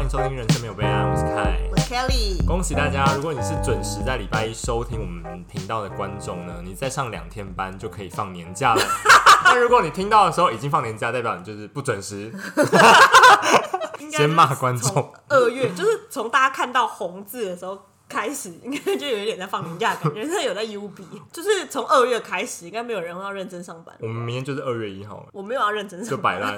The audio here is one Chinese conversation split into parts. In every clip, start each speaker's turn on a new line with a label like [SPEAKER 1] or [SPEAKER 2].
[SPEAKER 1] 迎收听《人生没有备案》，我是凯。
[SPEAKER 2] 我是 Kelly，
[SPEAKER 1] 恭喜大家！如果你是准时在礼拜一收听我们频道的观众呢，你再上两天班就可以放年 假了。那如果你听到的时候已经放年假，代表你就是不准时。
[SPEAKER 2] 应
[SPEAKER 1] 先骂观众。
[SPEAKER 2] 二月就是从大家看到红字的时候开始，应该就有一点在放年假的感觉， 真的有在 U B。就是从二月开始，应该没有人要认真上班。
[SPEAKER 1] 我们明天就是二月一号了，
[SPEAKER 2] 我没有要认真
[SPEAKER 1] 就
[SPEAKER 2] 上班。
[SPEAKER 1] 摆烂。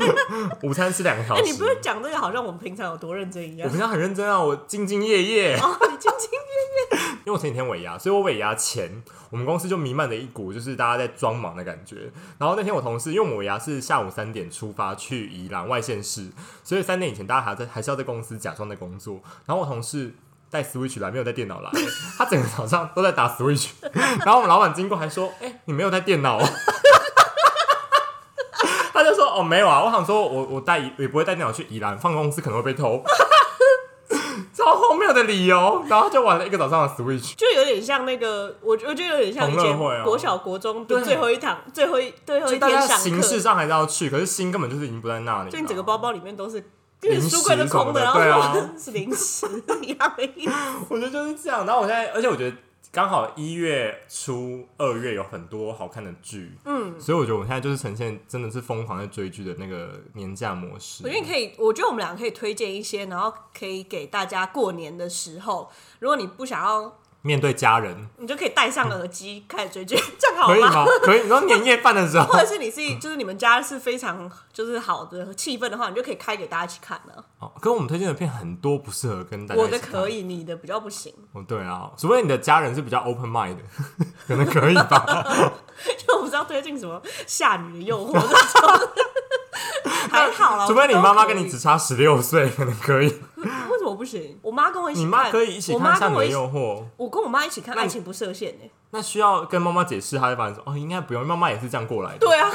[SPEAKER 1] 午餐吃两个小
[SPEAKER 2] 哎、
[SPEAKER 1] 时。
[SPEAKER 2] 你不是讲这个，好像我们平常有多认真一
[SPEAKER 1] 我
[SPEAKER 2] 样。
[SPEAKER 1] 平常很认真啊，我兢兢业业。
[SPEAKER 2] 哦，你今天
[SPEAKER 1] 因为我前几天尾牙，所以我尾牙前，我们公司就弥漫着一股就是大家在装忙的感觉。然后那天我同事，因为我们尾牙是下午三点出发去宜兰外县市，所以三点以前大家还在还是要在公司假装在工作。然后我同事带 Switch 来，没有带电脑来，他整个早上都在打 Switch。然后我们老板经过还说：“哎、你没有带电脑、哦？” 他就说：“哦，没有啊。”我想说我我带也不会带电脑去宜兰，放公司可能会被偷。超荒谬的理由，然后就玩了一个早上的 Switch。
[SPEAKER 2] 就有点像那个，我我觉得有点像以
[SPEAKER 1] 同乐
[SPEAKER 2] 前
[SPEAKER 1] 会啊
[SPEAKER 2] 国小、国中
[SPEAKER 1] 对
[SPEAKER 2] 的最后一堂、最后一最后
[SPEAKER 1] 就
[SPEAKER 2] 一
[SPEAKER 1] 大
[SPEAKER 2] 天
[SPEAKER 1] 家
[SPEAKER 2] 上
[SPEAKER 1] 形式
[SPEAKER 2] 课，
[SPEAKER 1] 上还是要去，可是心根本就是已经不在那里了。
[SPEAKER 2] 就你整个包包里面都是。因
[SPEAKER 1] 零
[SPEAKER 2] 为
[SPEAKER 1] 食
[SPEAKER 2] 书柜都空
[SPEAKER 1] 什么
[SPEAKER 2] 然后
[SPEAKER 1] 的对啊
[SPEAKER 2] 说 是零食一样的意思。
[SPEAKER 1] 我觉得就是这样。然后我现在，而且我觉得刚好一月初、二月有很多好看的剧，
[SPEAKER 2] 嗯，
[SPEAKER 1] 所以我觉得我现在就是呈现真的是疯狂在追剧的那个年假模式。
[SPEAKER 2] 我觉得你可以，我觉得我们俩可以推荐一些，然后可以给大家过年的时候，如果你不想要，
[SPEAKER 1] 面对家人
[SPEAKER 2] 你就可以戴上耳机开始追剧，这样好
[SPEAKER 1] 可以
[SPEAKER 2] 吗？
[SPEAKER 1] 吗？可以。你说年夜饭的时候
[SPEAKER 2] 或者是你自己，就是你们家是非常就是好的气氛的话，你就可以开给大家去看了。
[SPEAKER 1] 哦，跟我们推荐的片很多不适合跟大家。
[SPEAKER 2] 我的可
[SPEAKER 1] 以。
[SPEAKER 2] 以，你的比较不行，
[SPEAKER 1] 哦，对啊，除非你的家人是比较 open mind 的，可能可以吧。
[SPEAKER 2] 就我不知道推荐什么《夏女的诱惑》那 种。还 好啦，
[SPEAKER 1] 除非你
[SPEAKER 2] 我觉得
[SPEAKER 1] 妈妈
[SPEAKER 2] 都可以啊
[SPEAKER 1] 跟你只差十六岁，可能可 以。
[SPEAKER 2] 为什么不行？我妈跟我一起
[SPEAKER 1] 你
[SPEAKER 2] 看，
[SPEAKER 1] 妈可以一起
[SPEAKER 2] 我
[SPEAKER 1] 看
[SPEAKER 2] 妈
[SPEAKER 1] 《夏
[SPEAKER 2] 跟
[SPEAKER 1] 女
[SPEAKER 2] 我
[SPEAKER 1] 的
[SPEAKER 2] 一起，
[SPEAKER 1] 诱惑》。
[SPEAKER 2] 我跟我妈一起看《
[SPEAKER 1] 那你
[SPEAKER 2] 爱情不设限》呢。欸
[SPEAKER 1] 那需要跟妈妈解释，她会发现说：“哦，应该不用，因为妈妈也是这样过来的。
[SPEAKER 2] 对啊，”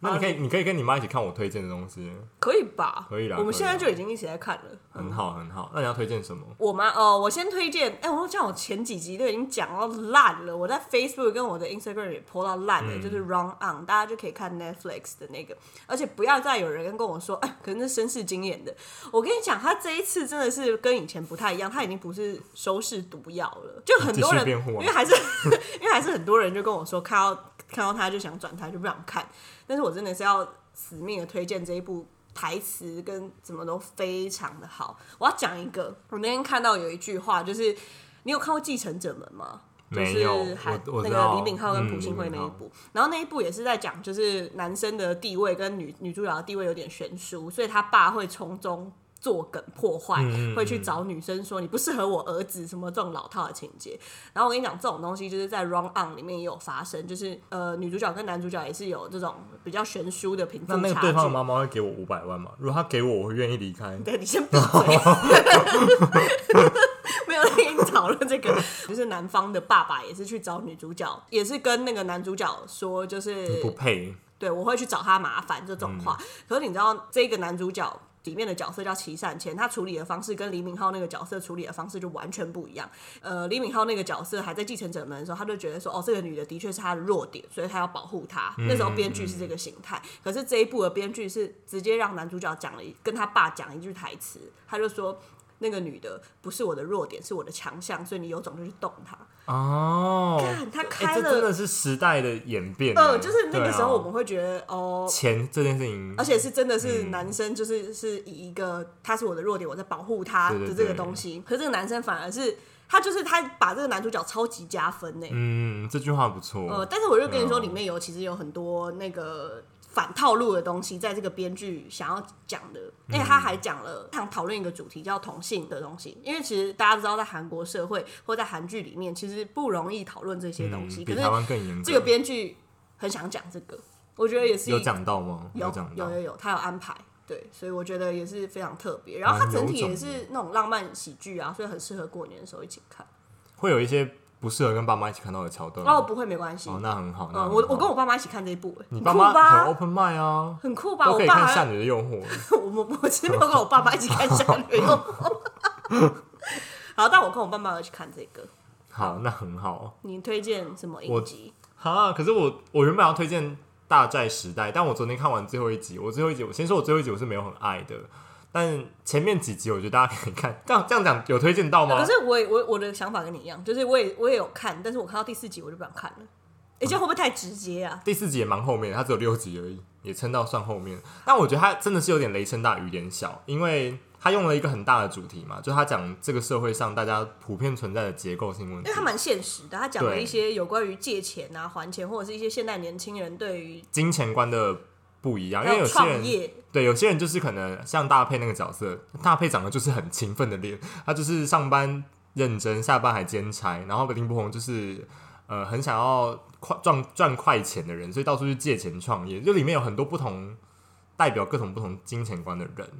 [SPEAKER 1] 那你可以，你可以跟你妈一起看我推荐的东西，
[SPEAKER 2] 可以吧？
[SPEAKER 1] 可以啦
[SPEAKER 2] 我们
[SPEAKER 1] 可以
[SPEAKER 2] 现在
[SPEAKER 1] 啦
[SPEAKER 2] 就已经一起在看了。
[SPEAKER 1] 很好，很好。那你要推荐什么？
[SPEAKER 2] 我妈哦，我先推荐，哎、我讲我前几集都已经讲到烂了，我在 Facebook 跟我的 Instagram 也 po 到烂
[SPEAKER 1] 嗯
[SPEAKER 2] 了，就是 Wrong On，大家就可以看 Netflix 的那个，而且不要再有人跟我说，哎、可能是绅士经验的。我跟你讲，他这一次真的是跟以前不太一样，他已经不是收视毒药了，就很多
[SPEAKER 1] 继续
[SPEAKER 2] 人，
[SPEAKER 1] 辩护啊
[SPEAKER 2] 因为还是 因为还是很多人就跟我说，看到看到他就想转台，就不想看，但是我真的是要死命的推荐这一部，台词跟怎么都非常的好。我要讲一个，我那天看到有一句话，就是你有看过《继承者们》吗？就
[SPEAKER 1] 没
[SPEAKER 2] 是
[SPEAKER 1] 有
[SPEAKER 2] 韩
[SPEAKER 1] 我我
[SPEAKER 2] 那
[SPEAKER 1] 知道
[SPEAKER 2] 个李敏镐跟
[SPEAKER 1] 嗯
[SPEAKER 2] 朴信惠
[SPEAKER 1] 李
[SPEAKER 2] 那
[SPEAKER 1] 敏
[SPEAKER 2] 一
[SPEAKER 1] 镐
[SPEAKER 2] 部，然后那一部也是在讲，就是男生的地位跟女女主角的地位有点悬殊，所以他爸会从中作梗破坏，
[SPEAKER 1] 嗯嗯
[SPEAKER 2] 会去找女生说你不适合我儿子什么这种老套的情节。然后我跟你讲，这种东西就是在《Wrong On》里面也有发生，就是呃女主角跟男主角也是有这种比较悬殊的贫富
[SPEAKER 1] 那那个
[SPEAKER 2] 差
[SPEAKER 1] 对方的
[SPEAKER 2] 距
[SPEAKER 1] 妈妈会给我五百万吗？如果她给我，我会愿意离开。
[SPEAKER 2] 对你先闭嘴， 没有跟你讨论这个。就是男方的爸爸也是去找女主角，也是跟那个男主角说，就是
[SPEAKER 1] 你不配，
[SPEAKER 2] 对我会去找他麻烦这种话。
[SPEAKER 1] 嗯
[SPEAKER 2] 可是你知道这个男主角里面的角色叫齐善谦，他处理的方式跟李敏镐那个角色处理的方式就完全不一样。呃，李敏镐那个角色还在继承者们的时候，他就觉得说，哦，这个女的的确是他的弱点，所以他要保护她。那时候编剧
[SPEAKER 1] 嗯
[SPEAKER 2] 是这个形态，可是这一部的编剧是直接让男主角讲了一跟他爸讲一句台词，他就说。那个女的不是我的弱点，是我的强项，所以你有种就去动她。
[SPEAKER 1] 哦，
[SPEAKER 2] 看他
[SPEAKER 1] 哎，
[SPEAKER 2] 开
[SPEAKER 1] 这真
[SPEAKER 2] 了，
[SPEAKER 1] 的是时代的演变啊。
[SPEAKER 2] 呃，就是那个时候我
[SPEAKER 1] 对啊
[SPEAKER 2] 们会觉得，哦，
[SPEAKER 1] 钱这件事情，
[SPEAKER 2] 而且是真的是
[SPEAKER 1] 嗯
[SPEAKER 2] 男生，就是是以一个他是我的弱点，我在保护他
[SPEAKER 1] 对对
[SPEAKER 2] 的这个东西。可是这个男生反而是他就是他把这个男主角超级加分呢、欸
[SPEAKER 1] 嗯，这句话不
[SPEAKER 2] 呃，
[SPEAKER 1] 错。
[SPEAKER 2] 但是我就跟你说，
[SPEAKER 1] 嗯
[SPEAKER 2] 里面有其实有很多那个反套路的东西，在这个编剧想要讲的。而且
[SPEAKER 1] 嗯
[SPEAKER 2] 他还讲了，他想讨论一个主题叫同性的东西，因为其实大家知道，在韩国社会或在韩剧里面，其实不容易讨论这些东
[SPEAKER 1] 嗯
[SPEAKER 2] 西。，
[SPEAKER 1] 比
[SPEAKER 2] 可
[SPEAKER 1] 台
[SPEAKER 2] 是
[SPEAKER 1] 湾更严格。
[SPEAKER 2] 这个编剧很想讲这个，我觉得也是一
[SPEAKER 1] 有
[SPEAKER 2] 个
[SPEAKER 1] 讲到吗？
[SPEAKER 2] 有
[SPEAKER 1] 讲到
[SPEAKER 2] 有。有有，他有安排，对，所以我觉得也是非常特别。然后它
[SPEAKER 1] 蛮
[SPEAKER 2] 整
[SPEAKER 1] 有
[SPEAKER 2] 体
[SPEAKER 1] 种
[SPEAKER 2] 也
[SPEAKER 1] 的
[SPEAKER 2] 是那种浪漫喜剧啊，所以很适合过年的时候一起看。
[SPEAKER 1] 嗯会有一些不适合跟爸妈一起看到的桥段。
[SPEAKER 2] 哦，不会没关系，
[SPEAKER 1] 哦，
[SPEAKER 2] 嗯，
[SPEAKER 1] 那很好。那很
[SPEAKER 2] 我
[SPEAKER 1] 好
[SPEAKER 2] 我跟我爸妈一起看这一部，哎
[SPEAKER 1] 你
[SPEAKER 2] 很
[SPEAKER 1] 爸
[SPEAKER 2] 酷
[SPEAKER 1] 妈很
[SPEAKER 2] 吧？
[SPEAKER 1] open mind 啊。
[SPEAKER 2] 很酷吧？
[SPEAKER 1] 都
[SPEAKER 2] 我
[SPEAKER 1] 可以
[SPEAKER 2] 爸
[SPEAKER 1] 看《夏
[SPEAKER 2] 还
[SPEAKER 1] 女的诱惑》。
[SPEAKER 2] 我我我其实没有跟我爸妈一起看《夏女诱惑》， 好，但我跟我爸妈有去看这个。
[SPEAKER 1] 好，那很好。
[SPEAKER 2] 你推荐什么
[SPEAKER 1] 我
[SPEAKER 2] 影集？
[SPEAKER 1] 哈，可是我我原本要推荐《大债时代》，但我昨天看完最后一集，我最后一集我先说，我最后一集我是没有很爱的。但前面几集我觉得大家可以看，这样这样讲有推荐到吗？
[SPEAKER 2] 啊可是我也我我的想法跟你一样，就是我也我也有看，但是我看到第四集我就不想看了。哎、这样会不会太直接啊？
[SPEAKER 1] 第四集也蛮后面的，它只有六集而已，也撑到算后面。但我觉得它真的是有点雷声大雨点小，因为它用了一个很大的主题嘛，就它讲这个社会上大家普遍存在的结构性问
[SPEAKER 2] 因
[SPEAKER 1] 题
[SPEAKER 2] 为。他蛮现实的，他讲了
[SPEAKER 1] 对
[SPEAKER 2] 一些有关于借钱啊、还钱，或者是一些现代年轻人对于
[SPEAKER 1] 金钱观的不一样，因
[SPEAKER 2] 还
[SPEAKER 1] 啊为有
[SPEAKER 2] 有
[SPEAKER 1] 些
[SPEAKER 2] 创
[SPEAKER 1] 人
[SPEAKER 2] 业，
[SPEAKER 1] 对有些人就是可能像大佩那个角色，大佩长得就是很勤奋的脸，他就是上班认真，下班还兼差，然后林柏宏就是呃很想要快赚赚快钱的人，所以到处去借钱创业，就里面有很多不同代表各种不同金钱观的人。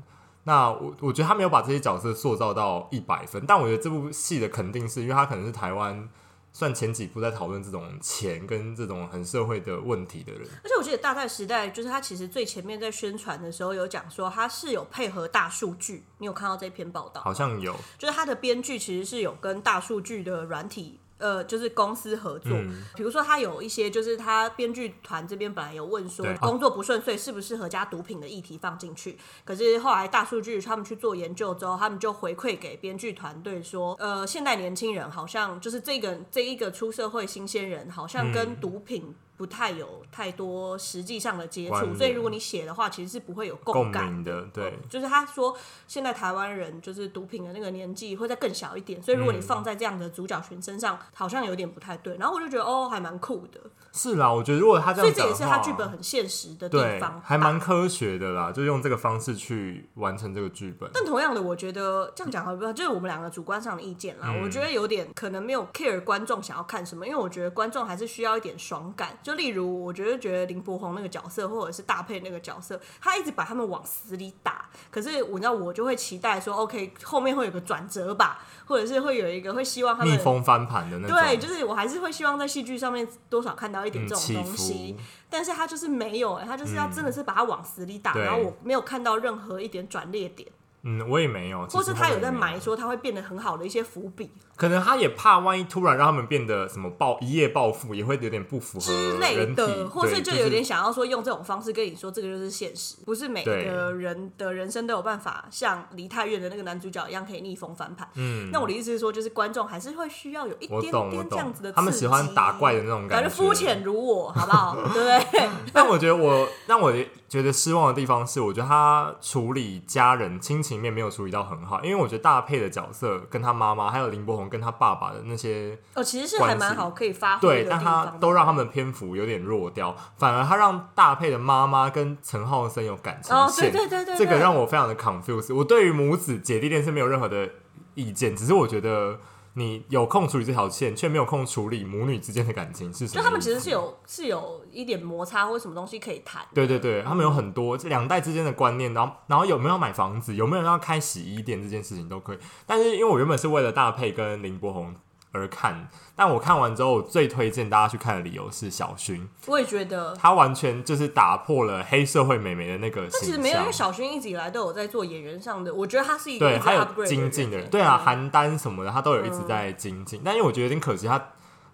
[SPEAKER 1] 那我我觉得他没有把这些角色塑造到一百分，但我觉得这部戏的肯定是因为他可能是台湾算前几部在讨论这种钱跟这种很社会的问题的人。
[SPEAKER 2] 而且我记得大代时代就是他其实最前面在宣传的时候有讲说他是有配合大数据，你有看到这篇报道？
[SPEAKER 1] 好像有，
[SPEAKER 2] 就是他的编剧其实是有跟大数据的软体。呃，就是公司合作，
[SPEAKER 1] 嗯
[SPEAKER 2] 比如说他有一些，就是他编剧团这边本来有问说
[SPEAKER 1] 对
[SPEAKER 2] 工作不顺遂适不适合加毒品的议题放进去，可是后来大数据他们去做研究之后，他们就回馈给编剧团队说，呃，现代年轻人好像就是这个这一个出社会新鲜人，好像
[SPEAKER 1] 嗯
[SPEAKER 2] 跟毒品不太有太多实际上的接
[SPEAKER 1] 关
[SPEAKER 2] 触，
[SPEAKER 1] 联
[SPEAKER 2] 所以如果你写的话，其实是不会有
[SPEAKER 1] 共
[SPEAKER 2] 共感哦
[SPEAKER 1] 鸣的，对，
[SPEAKER 2] 就是他说，现在台湾人就是毒品的那个年纪会再更小一点，所以如果你
[SPEAKER 1] 嗯
[SPEAKER 2] 放在这样的主角群身上，好像有点不太对。然后我就觉得哦，还蛮酷的，
[SPEAKER 1] 是啦。我觉得如果他这
[SPEAKER 2] 所以
[SPEAKER 1] 样
[SPEAKER 2] 这
[SPEAKER 1] 讲
[SPEAKER 2] 也
[SPEAKER 1] 的
[SPEAKER 2] 是他
[SPEAKER 1] 话，
[SPEAKER 2] 剧本很现实的地
[SPEAKER 1] 对
[SPEAKER 2] 方，。
[SPEAKER 1] 还蛮科学的啦，就用这个方式去完成这个剧本。
[SPEAKER 2] 但同样的，我觉得这样讲好不好？就是我们两个主观上的意见
[SPEAKER 1] 嗯
[SPEAKER 2] 啦。我觉得有点可能没有 care 观众想要看什么，因为我觉得观众还是需要一点爽感。就例如，我觉得觉得林柏宏那个角色，或者是大佩那个角色，他一直把他们往死里打。可是我知道，我就会期待说，OK，后面会有个转折吧，或者是会有一个会希望他
[SPEAKER 1] 逆
[SPEAKER 2] 们。
[SPEAKER 1] 风翻盘的那种，
[SPEAKER 2] 对，就是我还是会希望在戏剧上面多少看到一点
[SPEAKER 1] 嗯，
[SPEAKER 2] 这种
[SPEAKER 1] 起
[SPEAKER 2] 东西。
[SPEAKER 1] 伏，嗯
[SPEAKER 2] 但是他就是没有、欸，他就是要真的是把他往死里打，
[SPEAKER 1] 对
[SPEAKER 2] 然后我没有看到任何一点转捩点。
[SPEAKER 1] 嗯，我也没有，哦
[SPEAKER 2] 或
[SPEAKER 1] 其
[SPEAKER 2] 是
[SPEAKER 1] 实
[SPEAKER 2] 他
[SPEAKER 1] 我
[SPEAKER 2] 有
[SPEAKER 1] 也
[SPEAKER 2] 在
[SPEAKER 1] 没
[SPEAKER 2] 埋说他会变得很好的一些伏笔
[SPEAKER 1] 可能他也怕万一突然让他们变得什么暴一夜暴富，也会有点不符合
[SPEAKER 2] 之类
[SPEAKER 1] 人
[SPEAKER 2] 的，
[SPEAKER 1] 体
[SPEAKER 2] 或是
[SPEAKER 1] 对
[SPEAKER 2] 就是有点想要说用这种方式跟你说，这个就是现实，不是每个人的人生都有办法像梨泰院的那个男主角一样可以逆风翻盘。
[SPEAKER 1] 嗯，
[SPEAKER 2] 那我的意思是说，就是观众还是会需要有一
[SPEAKER 1] 我
[SPEAKER 2] 点
[SPEAKER 1] 懂我
[SPEAKER 2] 点这样子的
[SPEAKER 1] 懂，他们喜欢打怪的那种
[SPEAKER 2] 刺激，感
[SPEAKER 1] 觉，
[SPEAKER 2] 觉肤浅如我，好不好？ 对不对？
[SPEAKER 1] 但我觉得我让我觉得失望的地方是，我觉得他处理家人亲情面没有处理到很好，因为我觉得大配的角色跟他妈妈，还有林柏宏跟他爸爸的那些，
[SPEAKER 2] 哦，其实是还蛮好可以发挥
[SPEAKER 1] 对，
[SPEAKER 2] 的
[SPEAKER 1] 但
[SPEAKER 2] 地
[SPEAKER 1] 他
[SPEAKER 2] 方。
[SPEAKER 1] 都让他们的篇幅有点弱掉，反而他让大配的妈妈跟陈浩森有感情
[SPEAKER 2] 哦，对
[SPEAKER 1] 线，
[SPEAKER 2] 对对对，
[SPEAKER 1] 这个
[SPEAKER 2] 对
[SPEAKER 1] 让我非常的 confuse。我对于母子姐弟恋是没有任何的意见，只是我觉得你有空处理这条线，却没有空处理母女之间的感情是什么意思？
[SPEAKER 2] 就他们其实是有是有一点摩擦或什么东西可以谈。
[SPEAKER 1] 对对对，他们有很多这两代之间的观念，然后然后有没有要买房子，有没有要开洗衣店这件事情都可以。但是因为我原本是为了大配跟林柏宏而看，但我看完之后，我最推荐大家去看的理由是小薰，
[SPEAKER 2] 我也觉得，
[SPEAKER 1] 他完全就是打破了黑社会美眉的那个
[SPEAKER 2] 但其实
[SPEAKER 1] 形
[SPEAKER 2] 没有，因
[SPEAKER 1] 象
[SPEAKER 2] 为。小薰一直以来都有在做演员上的，我觉得他是一个
[SPEAKER 1] 对，
[SPEAKER 2] 一直
[SPEAKER 1] 还
[SPEAKER 2] upgrade 欸
[SPEAKER 1] 有精进的人，对啊，邯郸什么的，他都有一直在精
[SPEAKER 2] 嗯
[SPEAKER 1] 进。但因为我觉得有点可惜，他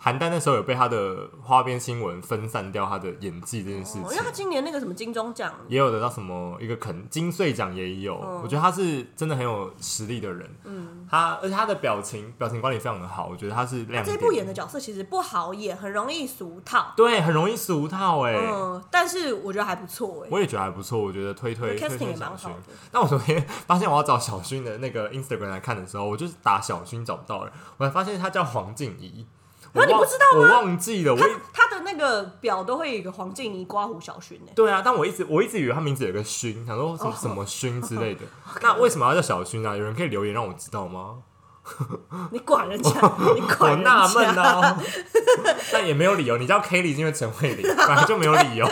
[SPEAKER 1] 邯郸那时候有被他的花边新闻分散掉他的演技这件事情。
[SPEAKER 2] 哦因为他今年那个什么金钟奖，
[SPEAKER 1] 也有得到什么一个肯金穗奖也有，
[SPEAKER 2] 嗯
[SPEAKER 1] 我觉得他是真的很有实力的人。嗯，他而且他的表情表情管理非常的好，我觉得他是亮点。
[SPEAKER 2] 这部演的角色其实不好演，很容易俗套。
[SPEAKER 1] 对，很容易俗套哎、
[SPEAKER 2] 嗯，但是我觉得还不错哎、
[SPEAKER 1] 我也觉得还不错，我觉得推推推
[SPEAKER 2] casting
[SPEAKER 1] 推
[SPEAKER 2] 也蛮
[SPEAKER 1] 小薰
[SPEAKER 2] 好的。
[SPEAKER 1] 但我昨天发现我要找小薰的那个 Instagram 来看的时候，我就是打小薰找不到人，我才发现他叫黄静怡。我
[SPEAKER 2] 啊你
[SPEAKER 1] 忘
[SPEAKER 2] 不知道吗
[SPEAKER 1] 我忘记了，我
[SPEAKER 2] 他
[SPEAKER 1] 一
[SPEAKER 2] 他的那个表都会有一个黄静怡、刮胡小薰哎、
[SPEAKER 1] 对啊，但我一直我一直以为他名字有个薰，想说什么、什么薰之 类的。那为什么要叫小薰啊？有人可以留言让我知道吗？
[SPEAKER 2] 你管人家， 你
[SPEAKER 1] 哦我
[SPEAKER 2] 管人
[SPEAKER 1] 纳
[SPEAKER 2] 家。
[SPEAKER 1] 闷啊， 但也没有理由。你叫 Kelly 是因为陈慧琳，本来就没有理 由。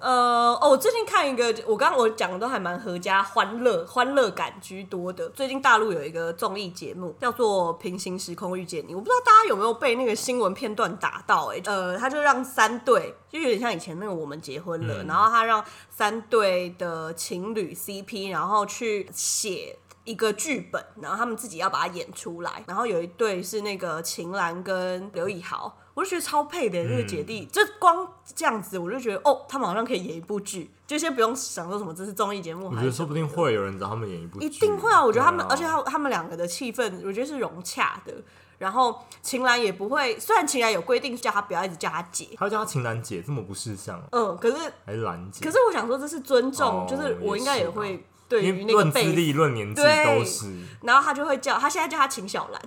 [SPEAKER 2] 呃，哦，我最近看一个，我刚刚我讲的都还蛮合家欢乐欢乐感居多的。最近大陆有一个综艺节目叫做《平行时空遇见你》，我不知道大家有没有被那个新闻片段打到、欸？哎，呃，他就让三对，就有点像以前那个我们结婚了，
[SPEAKER 1] 嗯
[SPEAKER 2] 然后他让三对的情侣 CP，然后去写。一个剧本，然后他们自己要把它演出来。然后有一对是那个秦岚跟刘以豪，我就觉得超配
[SPEAKER 1] 嗯
[SPEAKER 2] 的、这个姐弟，这光这样子我就觉得哦，他们好像可以演一部剧，就先不用想说什么这是综艺节目，
[SPEAKER 1] 我
[SPEAKER 2] 还
[SPEAKER 1] 觉
[SPEAKER 2] 是
[SPEAKER 1] 得
[SPEAKER 2] 什
[SPEAKER 1] 说
[SPEAKER 2] 么
[SPEAKER 1] 不定会有人找他们演一部剧，
[SPEAKER 2] 一定会啊！我觉得他们，
[SPEAKER 1] 对啊
[SPEAKER 2] 而且他他们两个的气氛，我觉得是融洽的。然后秦岚也不会，虽然秦岚有规定叫她不要一直叫她姐，
[SPEAKER 1] 他叫她秦岚姐，这么不识相，
[SPEAKER 2] 嗯，可是
[SPEAKER 1] 还是兰姐？
[SPEAKER 2] 可是我想说这是尊重，
[SPEAKER 1] 哦
[SPEAKER 2] 就是我应该
[SPEAKER 1] 也是
[SPEAKER 2] 也
[SPEAKER 1] 啊
[SPEAKER 2] 会对
[SPEAKER 1] 因
[SPEAKER 2] 于
[SPEAKER 1] 为
[SPEAKER 2] 那个
[SPEAKER 1] 论资
[SPEAKER 2] 辈，
[SPEAKER 1] 历、论年纪
[SPEAKER 2] 对
[SPEAKER 1] 都是，
[SPEAKER 2] 然后他就会叫他现在叫她秦小兰，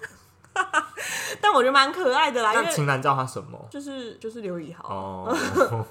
[SPEAKER 2] 但我觉得蛮可爱的啦，因
[SPEAKER 1] 哦那秦
[SPEAKER 2] 为
[SPEAKER 1] 岚叫她什 么？
[SPEAKER 2] 就是就是刘以豪。
[SPEAKER 1] 哦，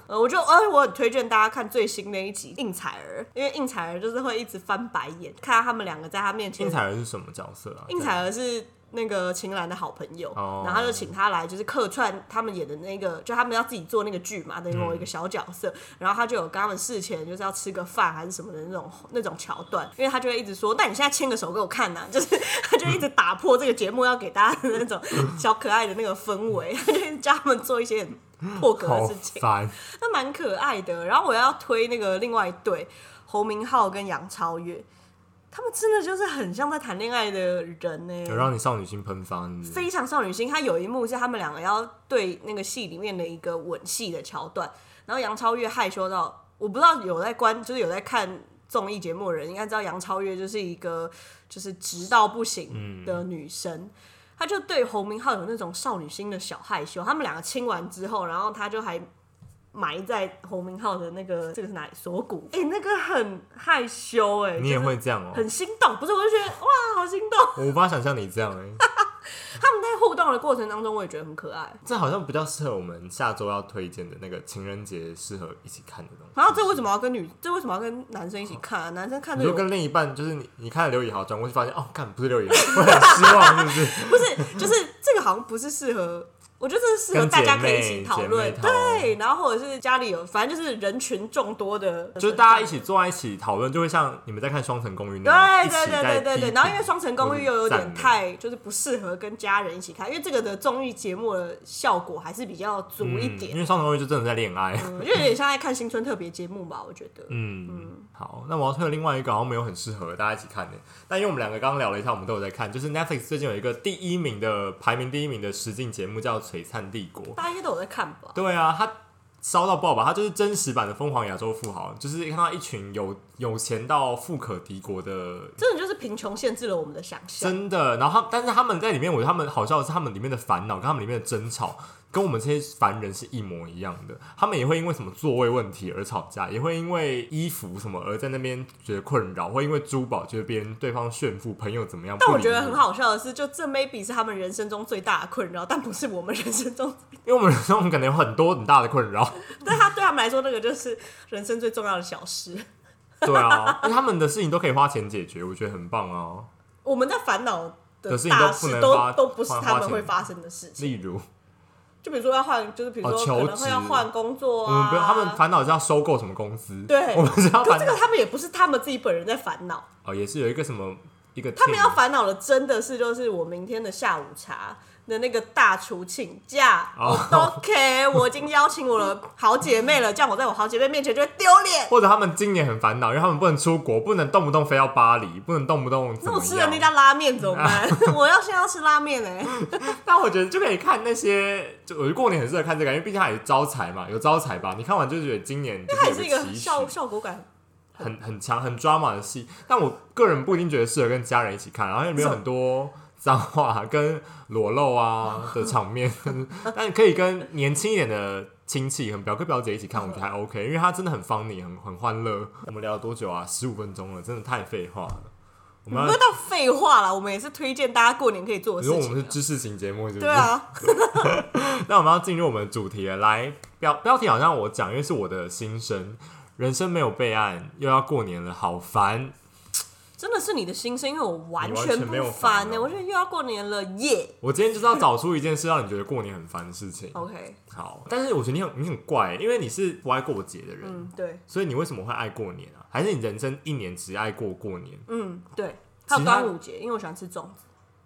[SPEAKER 2] 呃，我就呃，我很推荐大家看最新那一集应采儿，因为应采儿就是会一直翻白眼，看到他们两个在他面前
[SPEAKER 1] 应采儿是什么角色啊？
[SPEAKER 2] 应采儿是那个秦岚的好朋友，
[SPEAKER 1] 哦
[SPEAKER 2] 然后他就请她来，就是客串他们演的那个，就他们要自己做那个剧嘛，
[SPEAKER 1] 嗯
[SPEAKER 2] 等于某一个小角色。然后他就有跟他们事前就是要吃个饭还是什么的那种那种桥段，因为他就会一直说：“那你现在牵个手给我看呐、 就是他就一直打破这个节目要给大家的那种小可爱的那个氛围， 他就一直叫他们做一些很破格
[SPEAKER 1] 对好
[SPEAKER 2] 的事情。
[SPEAKER 1] 烦，哦
[SPEAKER 2] 那蛮可爱的。然后我要推那个另外一对侯明昊跟杨超越，他们真的就是很像在谈恋爱的人呢、
[SPEAKER 1] 有让你少女心喷发，是不是
[SPEAKER 2] 非常少女心，他有一幕是他们两个要对那个戏里面的一个吻戏的桥段，然后杨超越害羞到，我不知道有在观，就是有在看综艺节目的人应该知道杨超越就是一个就是直到不行
[SPEAKER 1] 嗯
[SPEAKER 2] 的女生，她、就对侯明昊有那种少女心的小害羞，他们两个亲完之后，然后她就还。埋在侯明昊的那个这个是哪里锁骨？哎、那个很害羞哎、
[SPEAKER 1] 你也
[SPEAKER 2] 就是
[SPEAKER 1] 会这样哦、
[SPEAKER 2] 很心动，不是？我就觉得哇，好心动！
[SPEAKER 1] 我无法想象你这样哎、
[SPEAKER 2] 他们在互动的过程当中，我也觉得很可爱。
[SPEAKER 1] 这好像比较适合我们下周要推荐的那个情人节适合一起看的东西。
[SPEAKER 2] 然后这为什么要跟女？这为什么要跟男生一起看啊？男生看
[SPEAKER 1] 你
[SPEAKER 2] 这
[SPEAKER 1] 就
[SPEAKER 2] 个
[SPEAKER 1] 跟另一半，就是你，你看了刘以豪转过去，发现哦，看不是刘以豪，我很失望，是不是？
[SPEAKER 2] 不是，就是这个好像不是适合。我觉得这是适合
[SPEAKER 1] 跟
[SPEAKER 2] 大家
[SPEAKER 1] 姐
[SPEAKER 2] 可以一
[SPEAKER 1] 妹
[SPEAKER 2] 起讨
[SPEAKER 1] 姐妹
[SPEAKER 2] 论，
[SPEAKER 1] 淘
[SPEAKER 2] 对，然后或者是家里有，反正就是人群众多的，
[SPEAKER 1] 就是大家一起坐在一起讨论，就会像你们在看《双层公寓》那样，
[SPEAKER 2] 对对对对对对，然后因为《双层公寓》又有点
[SPEAKER 1] 太
[SPEAKER 2] 太就是不适合跟家人一起看，因为这个的综艺节目的效果还是比较足一
[SPEAKER 1] 嗯因
[SPEAKER 2] 点，
[SPEAKER 1] 为《双层公寓》就真的在恋爱。
[SPEAKER 2] 嗯就有点像在看新春特别节目吧，我觉得。
[SPEAKER 1] 嗯，好，那我要推的另外一个好像没有很适合大家一起看的，但因为我们两个刚刚聊了一下，我们都有在看，就是 Netflix 最近有一个第一名的排名第一名的实境节目叫《璀璨帝国》，
[SPEAKER 2] 大家应该都有在看吧？
[SPEAKER 1] 对啊，他烧到爆吧，他就是真实版的疯狂亚洲富豪，就是看到一群有有钱到富可敌国的。
[SPEAKER 2] 真的就是贫穷限制了我们的想象。
[SPEAKER 1] 真的，然后他，但是他们在里面，我觉得他们好笑的是，他们里面的烦恼跟他们里面的争吵，跟我们这些凡人是一模一样的。他们也会因为什么座位问题而吵架，也会因为衣服什么而在那边觉得困扰，会因为珠宝觉得别人对方炫富，朋友怎么样。
[SPEAKER 2] 但
[SPEAKER 1] 不
[SPEAKER 2] 我
[SPEAKER 1] 理
[SPEAKER 2] 觉得
[SPEAKER 1] 你
[SPEAKER 2] 很好笑的是，就这 maybe 是他们人生中最大的困扰，但不是我们人生中，
[SPEAKER 1] 因为我们人生可能有很多很大的困 扰。
[SPEAKER 2] 但他对他们来说，那个就是人生最重要的小事。
[SPEAKER 1] 对啊，因为他们的事情都可以花钱解决，我觉得很棒哦、
[SPEAKER 2] 我们在烦恼的
[SPEAKER 1] 可是你
[SPEAKER 2] 大
[SPEAKER 1] 都不
[SPEAKER 2] 事
[SPEAKER 1] 能
[SPEAKER 2] 都
[SPEAKER 1] 花
[SPEAKER 2] 都不是
[SPEAKER 1] 花
[SPEAKER 2] 他
[SPEAKER 1] 花
[SPEAKER 2] 们
[SPEAKER 1] 钱
[SPEAKER 2] 会发生的事情。
[SPEAKER 1] 例如，
[SPEAKER 2] 就比如说要换，就是比如
[SPEAKER 1] 哦
[SPEAKER 2] 说
[SPEAKER 1] 求
[SPEAKER 2] 可能会要
[SPEAKER 1] 职
[SPEAKER 2] 换工作
[SPEAKER 1] 我们
[SPEAKER 2] 啊，
[SPEAKER 1] 不要，他们烦恼是要收购什么公司，
[SPEAKER 2] 对
[SPEAKER 1] 我们是要
[SPEAKER 2] 可
[SPEAKER 1] 烦
[SPEAKER 2] 是这个他们也不是他们自己本人在烦恼，
[SPEAKER 1] 哦，也是有一个什么一个 team，
[SPEAKER 2] 他们要烦恼的真的是就是我明天的下午茶的那个大厨请假、
[SPEAKER 1] 哦
[SPEAKER 2] o k 我已经邀请我的好姐妹了，这样我在我好姐妹面前就会丢脸。
[SPEAKER 1] 或者他们今年很烦恼，因为他们不能出国，不能动不动飞到巴黎，不能动不动怎
[SPEAKER 2] 那
[SPEAKER 1] 么
[SPEAKER 2] 我吃了那
[SPEAKER 1] 样。啊
[SPEAKER 2] 家拉面怎么办？ 我要现在要吃拉 面哎、
[SPEAKER 1] 但我觉得就可以看那些，就我觉得过年很适合看这个，因为毕竟它也是招财嘛，有招财吧。你看完就觉得今年就
[SPEAKER 2] 它也
[SPEAKER 1] 有
[SPEAKER 2] 是一
[SPEAKER 1] 个
[SPEAKER 2] 个
[SPEAKER 1] 期许，
[SPEAKER 2] 效效果感。
[SPEAKER 1] 很很强、很 drama 的戏。但我个人不一定觉得适合跟家人一起看，然后里面有很多脏话 跟裸露啊的场面， 但可以跟年轻一点的亲戚、很表哥表姐一起看，我觉得还 OK，因为它真的很 funny，很很欢乐。我们聊了多久啊？十五分钟了，真的太废话了。我
[SPEAKER 2] 不
[SPEAKER 1] 们
[SPEAKER 2] 要
[SPEAKER 1] 要
[SPEAKER 2] 到废话啦，我们也是推荐大家过年可以做
[SPEAKER 1] 你
[SPEAKER 2] 的
[SPEAKER 1] 说
[SPEAKER 2] 事
[SPEAKER 1] 我们是
[SPEAKER 2] 情啊。
[SPEAKER 1] 知识型节目，是不是？
[SPEAKER 2] 对啊，
[SPEAKER 1] 那我们要进入我们的主题了，来标标题好像我讲，因为是我的心声，人生没有备案，又要过年了，好烦。
[SPEAKER 2] 真的是你的心声，因为我完
[SPEAKER 1] 你完全没有
[SPEAKER 2] 不
[SPEAKER 1] 烦
[SPEAKER 2] 烦呢、欸
[SPEAKER 1] 啊
[SPEAKER 2] 我觉得又要过年了耶。
[SPEAKER 1] 我今天就是要找出一件事让你觉得过年很烦的事情。
[SPEAKER 2] OK，
[SPEAKER 1] 好，但是我觉得你很你很怪，因为你是不爱过节的人，
[SPEAKER 2] 嗯，对，
[SPEAKER 1] 所以你为什么会爱过年啊？还是你人生一年只爱过过年？
[SPEAKER 2] 嗯对，还有
[SPEAKER 1] 其他
[SPEAKER 2] 端午节，因为我喜欢吃粽子。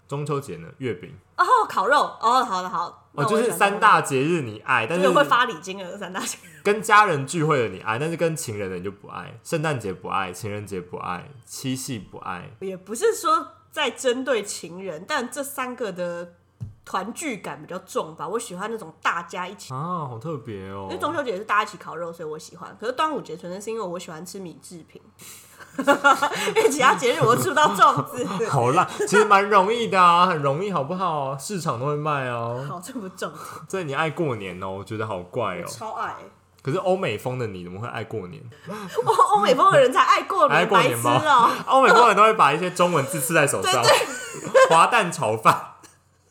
[SPEAKER 1] 中秋节呢？月饼
[SPEAKER 2] 哦，烤肉，哦，好的好，
[SPEAKER 1] 哦，
[SPEAKER 2] 那
[SPEAKER 1] 就
[SPEAKER 2] 我
[SPEAKER 1] 是
[SPEAKER 2] 也喜欢吃
[SPEAKER 1] 三大节日你爱，但
[SPEAKER 2] 就是是会发礼金的三大节。
[SPEAKER 1] 跟家人聚会的你爱，但是跟情人的你就不爱。圣诞节不爱，情人节不爱，七夕不爱。
[SPEAKER 2] 也不是说在针对情人，但这三个的团聚感比较重吧。我喜欢那种大家一起，
[SPEAKER 1] 啊，好特别哦
[SPEAKER 2] 因为。中秋哎节是大家一起烤肉，所以我喜欢。可是端午节纯粹是因为我喜欢吃米制品，因为其他节日我都吃不到粽子。
[SPEAKER 1] 好烂，其实蛮容易的啊，很容易，好不好？市场都会卖哦。
[SPEAKER 2] 好，这不重点，
[SPEAKER 1] 这你爱过年哦，我觉得好怪哦。
[SPEAKER 2] 超爱、
[SPEAKER 1] 可是欧美风的你怎么会爱过年？
[SPEAKER 2] 哇，欧美风的人才爱过
[SPEAKER 1] 爱
[SPEAKER 2] 年，
[SPEAKER 1] 过
[SPEAKER 2] 白
[SPEAKER 1] 年
[SPEAKER 2] 痴
[SPEAKER 1] 吗
[SPEAKER 2] 哦、？
[SPEAKER 1] 欧美风人都会把一些中文字刺在手上，滑蛋炒饭，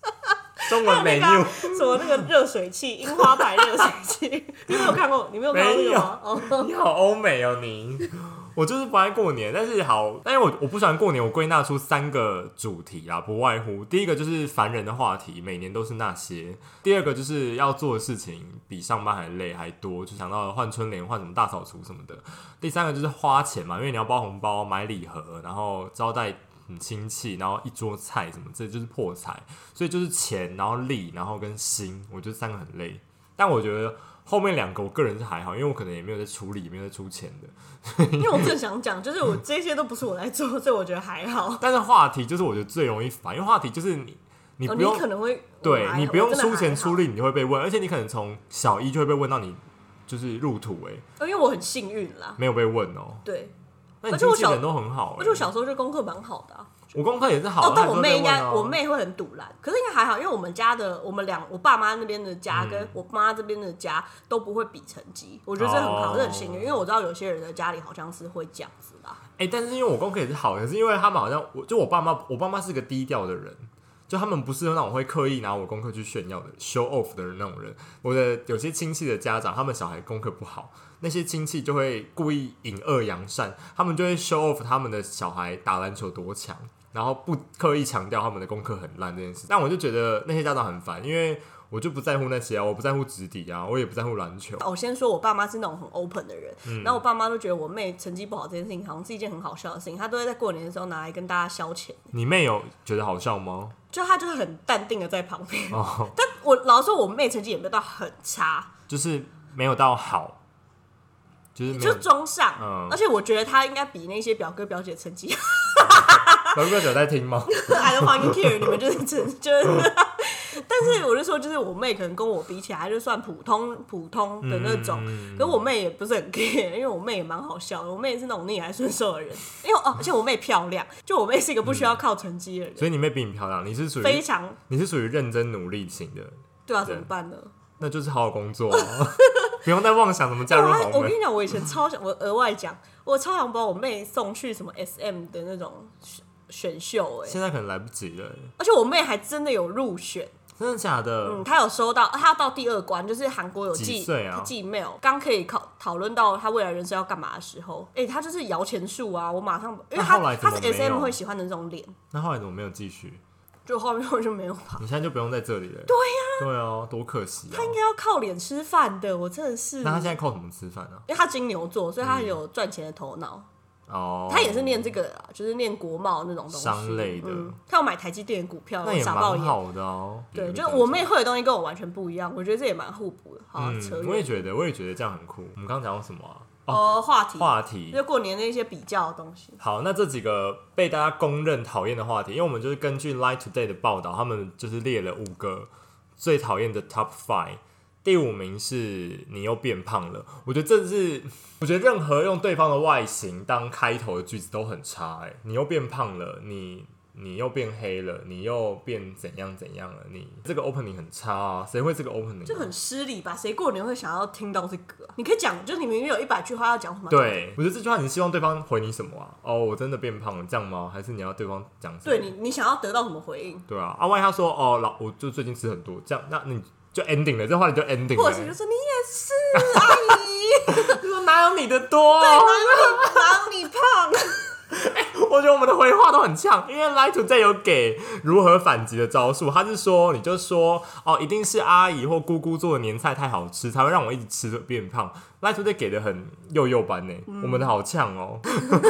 [SPEAKER 1] 中文
[SPEAKER 2] 那
[SPEAKER 1] menu
[SPEAKER 2] 个啊什么那个热水器，樱花牌热水器，你没有看过？你没有看过那个吗？哦，
[SPEAKER 1] 你好欧美哦你。我就是不爱过年，但是好，但是我我不喜欢过年，我归纳出三个主题啦，不外乎第一个就是烦人的话题，每年都是那些；第二个就是要做的事情比上班还累还多，就想到换春联、换什么大扫除什么的；第三个就是花钱嘛，因为你要包红包、买礼盒，然后招待嗯亲戚，然后一桌菜什么，这就是破财。所以就是钱，然后力，然后跟心，我觉得三个很累。但我觉得后面两个我个人是还好，因为我可能也没有在处理，也没有在出钱的。
[SPEAKER 2] 因为我正想讲，就是我这些都不是我在做，所以我觉得还好。
[SPEAKER 1] 但是话题就是我觉得最容易烦，因为话题就是你你
[SPEAKER 2] 哦
[SPEAKER 1] 不
[SPEAKER 2] 你
[SPEAKER 1] 用、
[SPEAKER 2] 可能会，我
[SPEAKER 1] 对
[SPEAKER 2] 还好
[SPEAKER 1] 你不用
[SPEAKER 2] 我真的
[SPEAKER 1] 出钱
[SPEAKER 2] 还好
[SPEAKER 1] 出力，你就会被问，而且你可能从小一就会被问到你就是入土哎、欸
[SPEAKER 2] 哦因为我很幸运啦。
[SPEAKER 1] 没有被问哦、
[SPEAKER 2] 对，
[SPEAKER 1] 那你
[SPEAKER 2] 而且
[SPEAKER 1] 经
[SPEAKER 2] 我
[SPEAKER 1] 纪
[SPEAKER 2] 小
[SPEAKER 1] 人都很好、欸，
[SPEAKER 2] 而且我小时候就功课蛮好的、啊。
[SPEAKER 1] 我功课也是好，
[SPEAKER 2] 哦，
[SPEAKER 1] 还
[SPEAKER 2] 但
[SPEAKER 1] 是
[SPEAKER 2] 我
[SPEAKER 1] 会
[SPEAKER 2] 妹
[SPEAKER 1] 被
[SPEAKER 2] 应
[SPEAKER 1] 问
[SPEAKER 2] 该，
[SPEAKER 1] 哦
[SPEAKER 2] 我妹会很堵拦，可是应该还好，因为我们家的，我们两，我爸妈那边的家跟我妈这边的家都不会比成绩，我觉得这很
[SPEAKER 1] 嗯哦
[SPEAKER 2] 好，这很幸运，因为我知道有些人的家里好像是会这样子啦。
[SPEAKER 1] 哎、但是因为我功课也是好，可是因为他们好像我就我爸妈，我爸妈是个低调的人，就他们不是那种会刻意拿我功课去炫耀的 show off 的那种人。我的有些亲戚的家长，他们小孩功课不好，那些亲戚就会故意引恶扬善，他们就会 show off 他们的小孩打篮球多强，然后不刻意强调他们的功课很烂这件事。但我就觉得那些家长很烦，因为我就不在乎那些啊，我不在乎直底啊，我也不在乎篮球。
[SPEAKER 2] 哦我先说，我爸妈是那种很 open 的人，
[SPEAKER 1] 嗯
[SPEAKER 2] 然后我爸妈都觉得我妹成绩不好这件事情好像是一件很好笑的事情，她都会在过年的时候拿来跟大家消遣，
[SPEAKER 1] 你妹有觉得好笑吗？
[SPEAKER 2] 就她就是很淡定的在旁边。
[SPEAKER 1] 哦，
[SPEAKER 2] 但我老实说，我妹成绩也没有到很差，
[SPEAKER 1] 就是没有到好，就是没有
[SPEAKER 2] 就中上，
[SPEAKER 1] 嗯
[SPEAKER 2] 而且我觉得她应该比那些表哥表姐成绩
[SPEAKER 1] 表哥有在听吗？
[SPEAKER 2] I don't fucking care，你们就是真就是。但是我 就说，就是我妹可能跟我比起来，她就算普通普通的那种。
[SPEAKER 1] 嗯
[SPEAKER 2] 可我妹也不是很 care，因为我妹也蛮好笑的。我妹是那种逆来顺受的人，因为哦，而且我妹漂亮，就我妹是一个不需要靠成绩的人，
[SPEAKER 1] 嗯所以你妹比你漂亮，你是属
[SPEAKER 2] 非
[SPEAKER 1] 于
[SPEAKER 2] 常
[SPEAKER 1] 你是属于认真努力型的，
[SPEAKER 2] 对啊，怎么办呢？
[SPEAKER 1] 那就是好好工作、 啊，不用再妄想怎么嫁入
[SPEAKER 2] 啊我
[SPEAKER 1] 豪
[SPEAKER 2] 我跟
[SPEAKER 1] 门。
[SPEAKER 2] 你讲，我以前超想，我额外讲，我超想把我妹送去什么 SM 的那种选选秀、哎，
[SPEAKER 1] 现在可能来不及了，
[SPEAKER 2] 而且我妹还真的有入选。
[SPEAKER 1] 真的假的？
[SPEAKER 2] 嗯，他有收到，他到第二关，就是韩国有寄
[SPEAKER 1] 几岁啊
[SPEAKER 2] 他寄 mail，刚可以考讨论到他未来人生要干嘛的时候，哎、他就是摇钱树啊，我马上，因为
[SPEAKER 1] 那
[SPEAKER 2] 他
[SPEAKER 1] 后来怎
[SPEAKER 2] 他
[SPEAKER 1] 么
[SPEAKER 2] 是
[SPEAKER 1] 没有
[SPEAKER 2] S M 会喜欢的那种脸，
[SPEAKER 1] 那后来怎么没有继续？
[SPEAKER 2] 就后面我就没有吧。
[SPEAKER 1] 你现在就不用在这里了。对呀、对啊，多可惜啊
[SPEAKER 2] 他！应该要靠脸吃饭的，我真的是，因
[SPEAKER 1] 那他现
[SPEAKER 2] 为
[SPEAKER 1] 在靠什么吃饭啊？
[SPEAKER 2] 他金牛座，所以他很有赚钱的头脑，
[SPEAKER 1] 哦，
[SPEAKER 2] 他也是念这个啊，就是念国贸那种东西，
[SPEAKER 1] 商类的
[SPEAKER 2] 嗯，他有买台积电的股票，
[SPEAKER 1] 那也
[SPEAKER 2] 傻爆
[SPEAKER 1] 蛮
[SPEAKER 2] 眼。
[SPEAKER 1] 好的哦、
[SPEAKER 2] 对，
[SPEAKER 1] 有一
[SPEAKER 2] 就
[SPEAKER 1] 个
[SPEAKER 2] 我妹会的东西跟我完全不一样，我觉得这也蛮互补的。好、扯
[SPEAKER 1] 嗯，我也
[SPEAKER 2] 远
[SPEAKER 1] 觉得，我也觉得这样很酷。我们刚刚讲到什么啊？哦，
[SPEAKER 2] 哦，话题
[SPEAKER 1] 话题
[SPEAKER 2] 就过年的一些比较的东西。
[SPEAKER 1] 好，那这几个被大家公认讨厌的话题，因为我们就是根据 Line Today 的报道，他们就是列了五个最讨厌的 Top Five。第五名是你又变胖了，我觉得这是， 我觉得任何用对方的外形当开头的句子都很差、欸。哎，你又变胖了，你你又变黑了，你又变怎样怎样了，你这个 opening 很差啊，谁会这个 opening？、啊、
[SPEAKER 2] 就很失礼吧？谁过年会想要听到这个啊、你可以讲，就是你明明有一百句话要讲什么？
[SPEAKER 1] 对，我觉得这句话你是希望对方回你什么啊？哦，我真的变胖了，这样吗？还是你要对方讲什么？
[SPEAKER 2] 对你，你想要得到什么回应？
[SPEAKER 1] 对啊，啊，万一他说哦，老我就最近吃很多，这样那你就 ending 了，这话题就 ending
[SPEAKER 2] 或者是就
[SPEAKER 1] 了。
[SPEAKER 2] 是你也 是阿姨，
[SPEAKER 1] 说哪有你的多、
[SPEAKER 2] 啊
[SPEAKER 1] 啊
[SPEAKER 2] 哪有你胖？
[SPEAKER 1] 我觉得我们的回话都很呛，因为 Lie to Day 有给如何反击的招数，他是说你就说哦，一定是阿姨或姑姑做的年菜太好吃，才会让我一直吃着变胖。Lie to Day 给的很幼幼班呢、我们的好呛哦，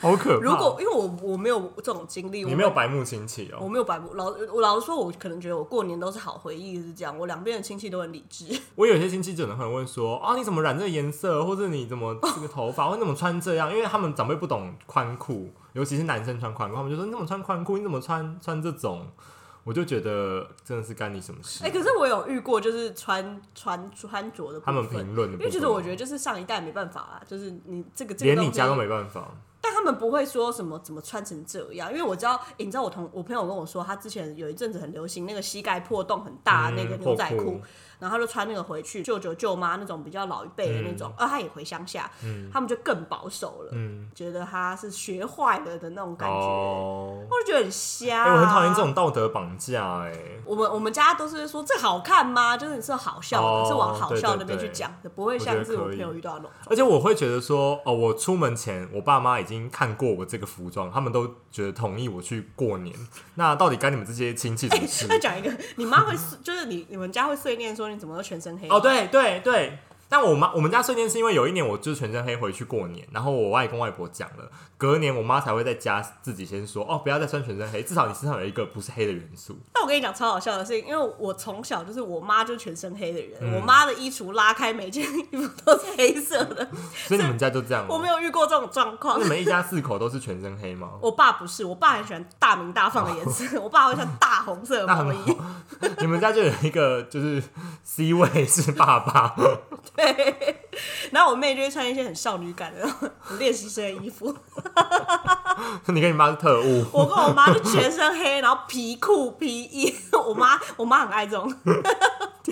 [SPEAKER 1] 好可怕。
[SPEAKER 2] 嗯如果因为我我没有这种经历，
[SPEAKER 1] 你
[SPEAKER 2] 我
[SPEAKER 1] 没有白目亲戚哦
[SPEAKER 2] 我，没有白目老我老实说，我可能觉得我过年都是好回忆是这样，我两边的亲戚都很理智。
[SPEAKER 1] 我有些亲戚可能会问说啊，你怎么染这个颜色，或者你怎么这个头发，或者你怎么穿这样？因为他们长辈不懂宽裤，尤其是男生穿宽裤，他们就说你怎么穿宽裤，你怎么穿穿这种？我就觉得真的是干你什么事？
[SPEAKER 2] 哎、可是我有遇过，就是穿穿穿着的部
[SPEAKER 1] 他
[SPEAKER 2] 分
[SPEAKER 1] 们评论的部分，
[SPEAKER 2] 因为其实我觉得就是上一代没办法啦，就是你这个这个
[SPEAKER 1] 连你家都
[SPEAKER 2] 东西，
[SPEAKER 1] 没办法，
[SPEAKER 2] 但他们不会说什么怎么穿成这样，因为我知道，诶你知道我同我朋友跟我说，他之前有一阵子很流行那个膝盖破洞很大的那个
[SPEAKER 1] 嗯
[SPEAKER 2] 牛仔
[SPEAKER 1] 破
[SPEAKER 2] 裤，然后他就穿那个回去，舅舅舅妈那种比较老一辈的那种，啊，他也回乡下，他们就更保守了，
[SPEAKER 1] 嗯，
[SPEAKER 2] 觉得他是学坏了的那种感觉，
[SPEAKER 1] 哦，
[SPEAKER 2] 我就觉得很瞎、
[SPEAKER 1] 哎、我很讨厌这种道德绑架、哎，
[SPEAKER 2] 我们我们家都是说这好看吗？就是是好笑的，
[SPEAKER 1] 哦
[SPEAKER 2] 是往好笑那边
[SPEAKER 1] 对对
[SPEAKER 2] 去
[SPEAKER 1] 对
[SPEAKER 2] 讲的，不会
[SPEAKER 1] 我觉
[SPEAKER 2] 像
[SPEAKER 1] 得
[SPEAKER 2] 是我
[SPEAKER 1] 可以
[SPEAKER 2] 朋友遇到的那种。
[SPEAKER 1] 而且我会觉得说，哦，我出门前，我爸妈已经看过我这个服装，他们都觉得同意我去过年。那到底干你们这些亲戚什 么事？
[SPEAKER 2] 再讲一个，你妈会碎就是你你们家会碎念说你怎么都全身黑
[SPEAKER 1] 哦，，对对对。但我妈我们家碎念是因为有一年我就是全身黑回去过年，然后我外公外婆讲了，隔年我妈才会在家自己先说，哦，不要再穿全身黑，至少你身上有一个不是黑的元素。
[SPEAKER 2] 但我跟你讲超好笑的是，因为我从小就是我妈就全身黑的人，
[SPEAKER 1] 嗯
[SPEAKER 2] 我妈的衣橱拉开每件 衣服都是黑色的，
[SPEAKER 1] 所以你们家就这样、
[SPEAKER 2] 我没
[SPEAKER 1] 吗？
[SPEAKER 2] 有遇过这种状况
[SPEAKER 1] 那。你们一家四口都是全身黑吗？
[SPEAKER 2] 我爸不是，我爸很喜欢大明大放的颜色，我爸会穿哦大红色的
[SPEAKER 1] 那很
[SPEAKER 2] 毛 衣，
[SPEAKER 1] 好，你们家就有一个就是 C 位是爸爸，
[SPEAKER 2] 对，然后我妹就会穿一些很少女感的很练习生的衣服。
[SPEAKER 1] 你跟你妈是特务。
[SPEAKER 2] 我跟我妈就全身黑，然后皮裤、皮衣。我妈，我妈很爱这种。对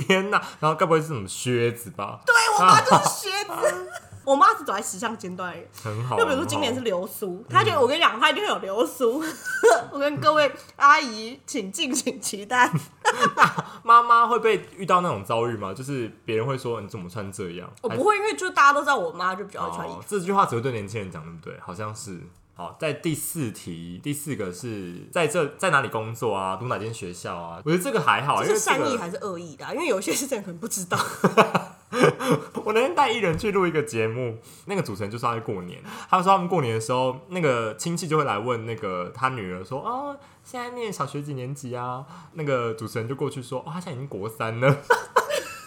[SPEAKER 1] 天呐，然后该不会是什么靴子吧？对，
[SPEAKER 2] 我妈就是靴子， 我妈是走在时尚尖端的人。
[SPEAKER 1] 很好。啊
[SPEAKER 2] 就比如说今年是流苏，她就我跟你讲，她一定会有流苏。 我跟各位阿姨，请敬请 期待。
[SPEAKER 1] 很好妈妈会被遇到那种遭遇吗？就是别人会说你怎么穿这样？
[SPEAKER 2] 我
[SPEAKER 1] 还
[SPEAKER 2] 不会，因为就大家都知道我妈就比较爱穿衣
[SPEAKER 1] 哦
[SPEAKER 2] 服。，
[SPEAKER 1] 这句话只会对年轻人讲，对不对？好像是。好，在第四题，第四个是在这在哪里工作啊？读哪间学校啊？我觉得这个还好，因
[SPEAKER 2] 这
[SPEAKER 1] 为
[SPEAKER 2] 是
[SPEAKER 1] 这
[SPEAKER 2] 善意
[SPEAKER 1] 个
[SPEAKER 2] 还是恶意的啊、因为有些是真的可能不 知道。
[SPEAKER 1] 我那天带艺人去录一个节目，那个主持人就说他在过年，他说他们过年的时候，那个亲戚就会来问那个他女儿说，哦，现在念小学几年级啊？那个主持人就过去说，哦，他现在已经国三了。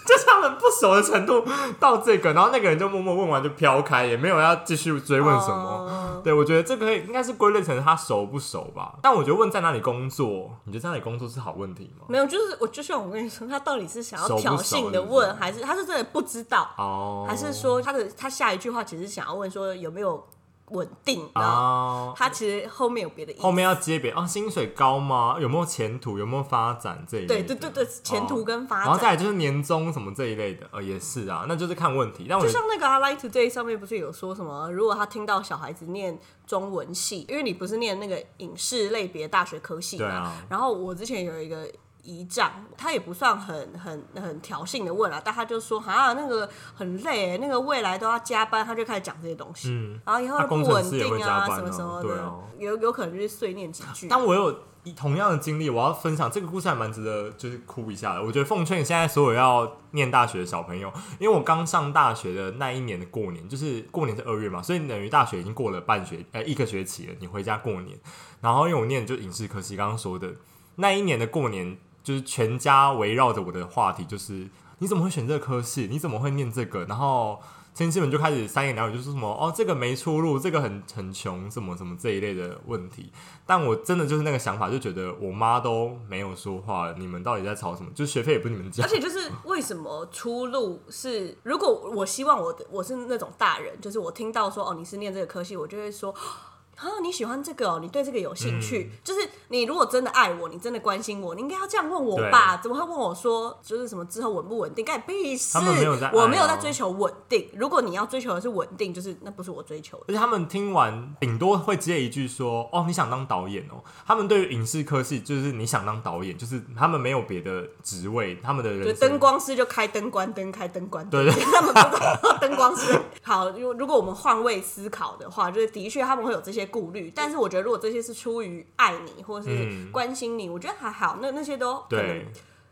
[SPEAKER 1] 就是他们不熟的程度到这个，然后那个人就默默问完就飘开，也没有要继续追问什么。
[SPEAKER 2] 么？
[SPEAKER 1] 对，我觉得这个应该是归类成他熟不熟吧。但我觉得问在哪里工作，你觉得在哪里工作是好问题吗？
[SPEAKER 2] 没有，就是我就像我跟你说，她到底是想
[SPEAKER 1] 熟
[SPEAKER 2] 要
[SPEAKER 1] 不
[SPEAKER 2] 挑
[SPEAKER 1] 熟
[SPEAKER 2] 衅
[SPEAKER 1] 是
[SPEAKER 2] 的
[SPEAKER 1] 不是
[SPEAKER 2] 问，还是她是真的不知道？
[SPEAKER 1] 哦，
[SPEAKER 2] 还是说他的他下一句话其实想要问说有没有稳定？然后
[SPEAKER 1] 哦，
[SPEAKER 2] 他其实后面有别的意思
[SPEAKER 1] 后。面要接别啊，薪水高吗？有没有前途？有没有发展这一类
[SPEAKER 2] 对
[SPEAKER 1] 的？哦
[SPEAKER 2] 对对对，前途跟发
[SPEAKER 1] 然后再
[SPEAKER 2] 展。
[SPEAKER 1] 来就是年终什么这一类的，呃，也是啊，那就是看问题。但我
[SPEAKER 2] 就像那个、啊《Lie to Day》上面不是有说什么？如果他听到小孩子念中文系，因为你不是念那个影视类别大学科系
[SPEAKER 1] 对
[SPEAKER 2] 嘛。
[SPEAKER 1] 啊，
[SPEAKER 2] 然后我之前有一个姨丈，他也不算很很很挑衅的问啊，但他就说啊，那个很累欸，那个未来都要加班，他就开始讲这些东西。
[SPEAKER 1] 嗯
[SPEAKER 2] 然后以后
[SPEAKER 1] 那
[SPEAKER 2] 不
[SPEAKER 1] 工程
[SPEAKER 2] 稳
[SPEAKER 1] 师也会
[SPEAKER 2] 定
[SPEAKER 1] 加班
[SPEAKER 2] 什么
[SPEAKER 1] 啊
[SPEAKER 2] 什么
[SPEAKER 1] 对
[SPEAKER 2] 的，
[SPEAKER 1] 啊
[SPEAKER 2] 有有可能就是碎念几句。
[SPEAKER 1] 但我有一同样的经历，我要分享这个故事还蛮值得，就是哭一下的。我觉得奉劝现在所有要念大学的小朋友，因为我刚上大学的那一年的过年，就是过年是二月嘛，所以等于大学已经过了半学呃一个学期了。你回家过年，然后因为我念就影视科系，刚刚说的那一年的过年，就是全家围绕着我的话题，就是你怎么会选这个科系？你怎么会念这个？然后亲戚们就开始三言两语，就是什么哦，这个没出路，这个很很穷，什么什么这一类的问题。但我真的就是那个想法，就觉得我妈都没有说话，你们到底在吵什么？就是学费也不是你们交
[SPEAKER 2] 而，且就是为什么出路是，如果我希望我的我是那种大人，就是我听到说哦你是念这个科系，我就会说。 啊，你喜欢这个哦，你对这个有兴趣，
[SPEAKER 1] 嗯
[SPEAKER 2] 就是你如果真的爱我，你真的关心我，你应该要这样问我吧？怎么会问我说就是什么之后稳不稳定？干你屁事！
[SPEAKER 1] 他们没有在爱啊
[SPEAKER 2] 我没有在追求稳定。如果你要追求的是稳定，就是那不是我追求的。
[SPEAKER 1] 而且他们听完顶多会接一句说：“哦，你想当导演哦。”他们对于影视科系就是你想当导演，就是他们没有别的职位，他们的
[SPEAKER 2] 就
[SPEAKER 1] 人
[SPEAKER 2] 灯
[SPEAKER 1] 生
[SPEAKER 2] 光师就开灯关灯开灯关灯，
[SPEAKER 1] 对
[SPEAKER 2] 他们不知道灯光师。 好，如如果我们换位思考的话，就是的确他们会有这些顾虑，但是我觉得如果这些是出于爱你或是
[SPEAKER 1] 嗯
[SPEAKER 2] 关心你，我觉得还好，那那些都可
[SPEAKER 1] 对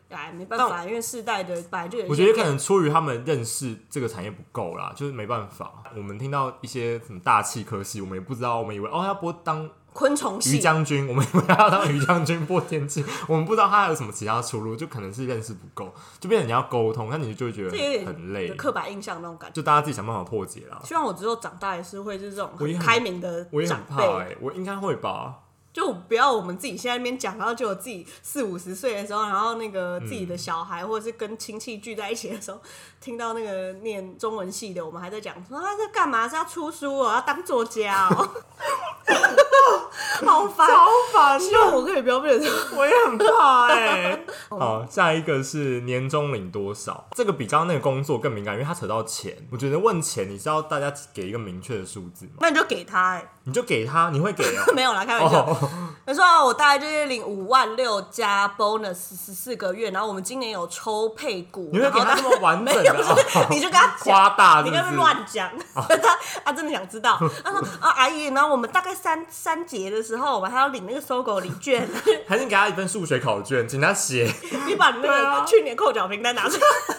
[SPEAKER 2] 能。哎，没办法，因为世代的本来就有一些
[SPEAKER 1] 我觉得可能出于他们认识这个产业不够啦，就是没办法。我们听到一些什么大气科系，我们也不知道，我们以为哦要播当
[SPEAKER 2] 昆虫
[SPEAKER 1] 于
[SPEAKER 2] 系，
[SPEAKER 1] 将军，我们以为他要当于将军播天气，我们不知道他还有什么其他出路，就可能是认识不够，就变成你要沟通，那你就会觉
[SPEAKER 2] 这有
[SPEAKER 1] 得
[SPEAKER 2] 点
[SPEAKER 1] 很累
[SPEAKER 2] 有，刻板印象那种感觉。
[SPEAKER 1] 就大家自己想办法破解啦。
[SPEAKER 2] 希望我之后长大也是会是这种
[SPEAKER 1] 我也
[SPEAKER 2] 很
[SPEAKER 1] 很
[SPEAKER 2] 开明的
[SPEAKER 1] 我也
[SPEAKER 2] 长
[SPEAKER 1] 很欸
[SPEAKER 2] 辈
[SPEAKER 1] 怕。哎、我应该会吧。
[SPEAKER 2] 就不要我们自己现在那边讲，然后就我自己四五十岁的时候，然后那个自己的小孩、或者是跟亲戚聚在一起的时候，听到那个念中文系的，我们还在讲说他在干嘛？是要出书哦，要当作家哦，好烦。
[SPEAKER 3] 超烦
[SPEAKER 2] 希望我可以不要被人
[SPEAKER 3] 我也很怕哎、
[SPEAKER 1] 欸 好，下一个是年终领多少，这个比刚刚那个工作更敏感，因为它扯到钱。我觉得问钱，你知道大家给一个明确的数字吗？
[SPEAKER 2] 那你就给他哎、
[SPEAKER 1] 你就给他，你会给哦
[SPEAKER 2] 。没有啦，开玩笑。
[SPEAKER 1] 哦，
[SPEAKER 2] 他说、啊、我大概就是领五万六加 bonus 十四个月，然后我们今年有抽配股，
[SPEAKER 1] 你会给他这么完整
[SPEAKER 2] 然后
[SPEAKER 1] 的哦
[SPEAKER 2] 他没有，就是你就跟他讲
[SPEAKER 1] 夸大是
[SPEAKER 2] 你
[SPEAKER 1] 不
[SPEAKER 2] 跟他
[SPEAKER 1] 是？哦
[SPEAKER 2] 乱讲， 他他真的想知道。他说啊，阿姨，然后我们大概三三节的时候，我们还要领那个搜狗礼 券，
[SPEAKER 1] 还是给他一份数学考卷，请他 写。
[SPEAKER 2] 你把你那
[SPEAKER 1] 对
[SPEAKER 2] 个
[SPEAKER 1] 啊
[SPEAKER 2] 去年扣缴凭单拿出来。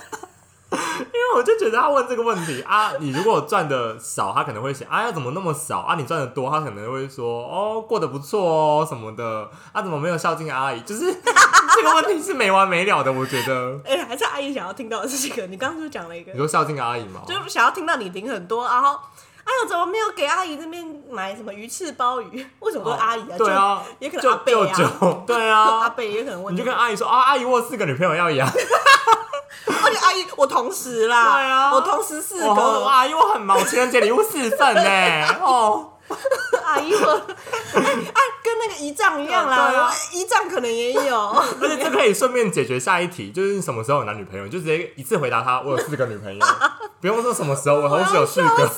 [SPEAKER 1] 因为我就觉得他问这个问题啊，你如果赚的少，他可能会写啊，要怎么那么少啊？你赚的多，他可能会说哦，过得不错哦什么的啊，怎么没有孝敬阿姨？就是 这个问题是没完没了的，我觉得。
[SPEAKER 2] 哎、还是阿姨想要听到的是这个。你刚刚就讲了一个
[SPEAKER 1] 你，说孝敬阿姨吗？
[SPEAKER 2] 就是想要听到你领很多，然后哎呦，怎么没有给阿姨这边买什么鱼翅鲍鱼？为什么都是阿姨啊？
[SPEAKER 1] 对啊，
[SPEAKER 2] 也可能
[SPEAKER 1] 就
[SPEAKER 2] 阿伯啊
[SPEAKER 1] 舅舅，对
[SPEAKER 2] 就阿
[SPEAKER 1] 啊，
[SPEAKER 2] 贝也可能问
[SPEAKER 1] 你就跟阿姨说啊，阿姨我有四个女朋友要养，
[SPEAKER 2] 而哦且阿姨，我同时啦，
[SPEAKER 1] 对啊
[SPEAKER 2] 我同时四个，
[SPEAKER 1] 哦阿姨我很忙，我情人节礼物四份 呢，哦。
[SPEAKER 2] 阿姨我， 哎、哎跟那个姨丈一样啦，
[SPEAKER 1] 对啊
[SPEAKER 2] 我姨丈可能也有，
[SPEAKER 1] 而且这可以顺便解决下一题，就是你什么时候有男女朋友，你就直接一次回答他，我有四个女朋 友，不用说什么时候，我同时有四个。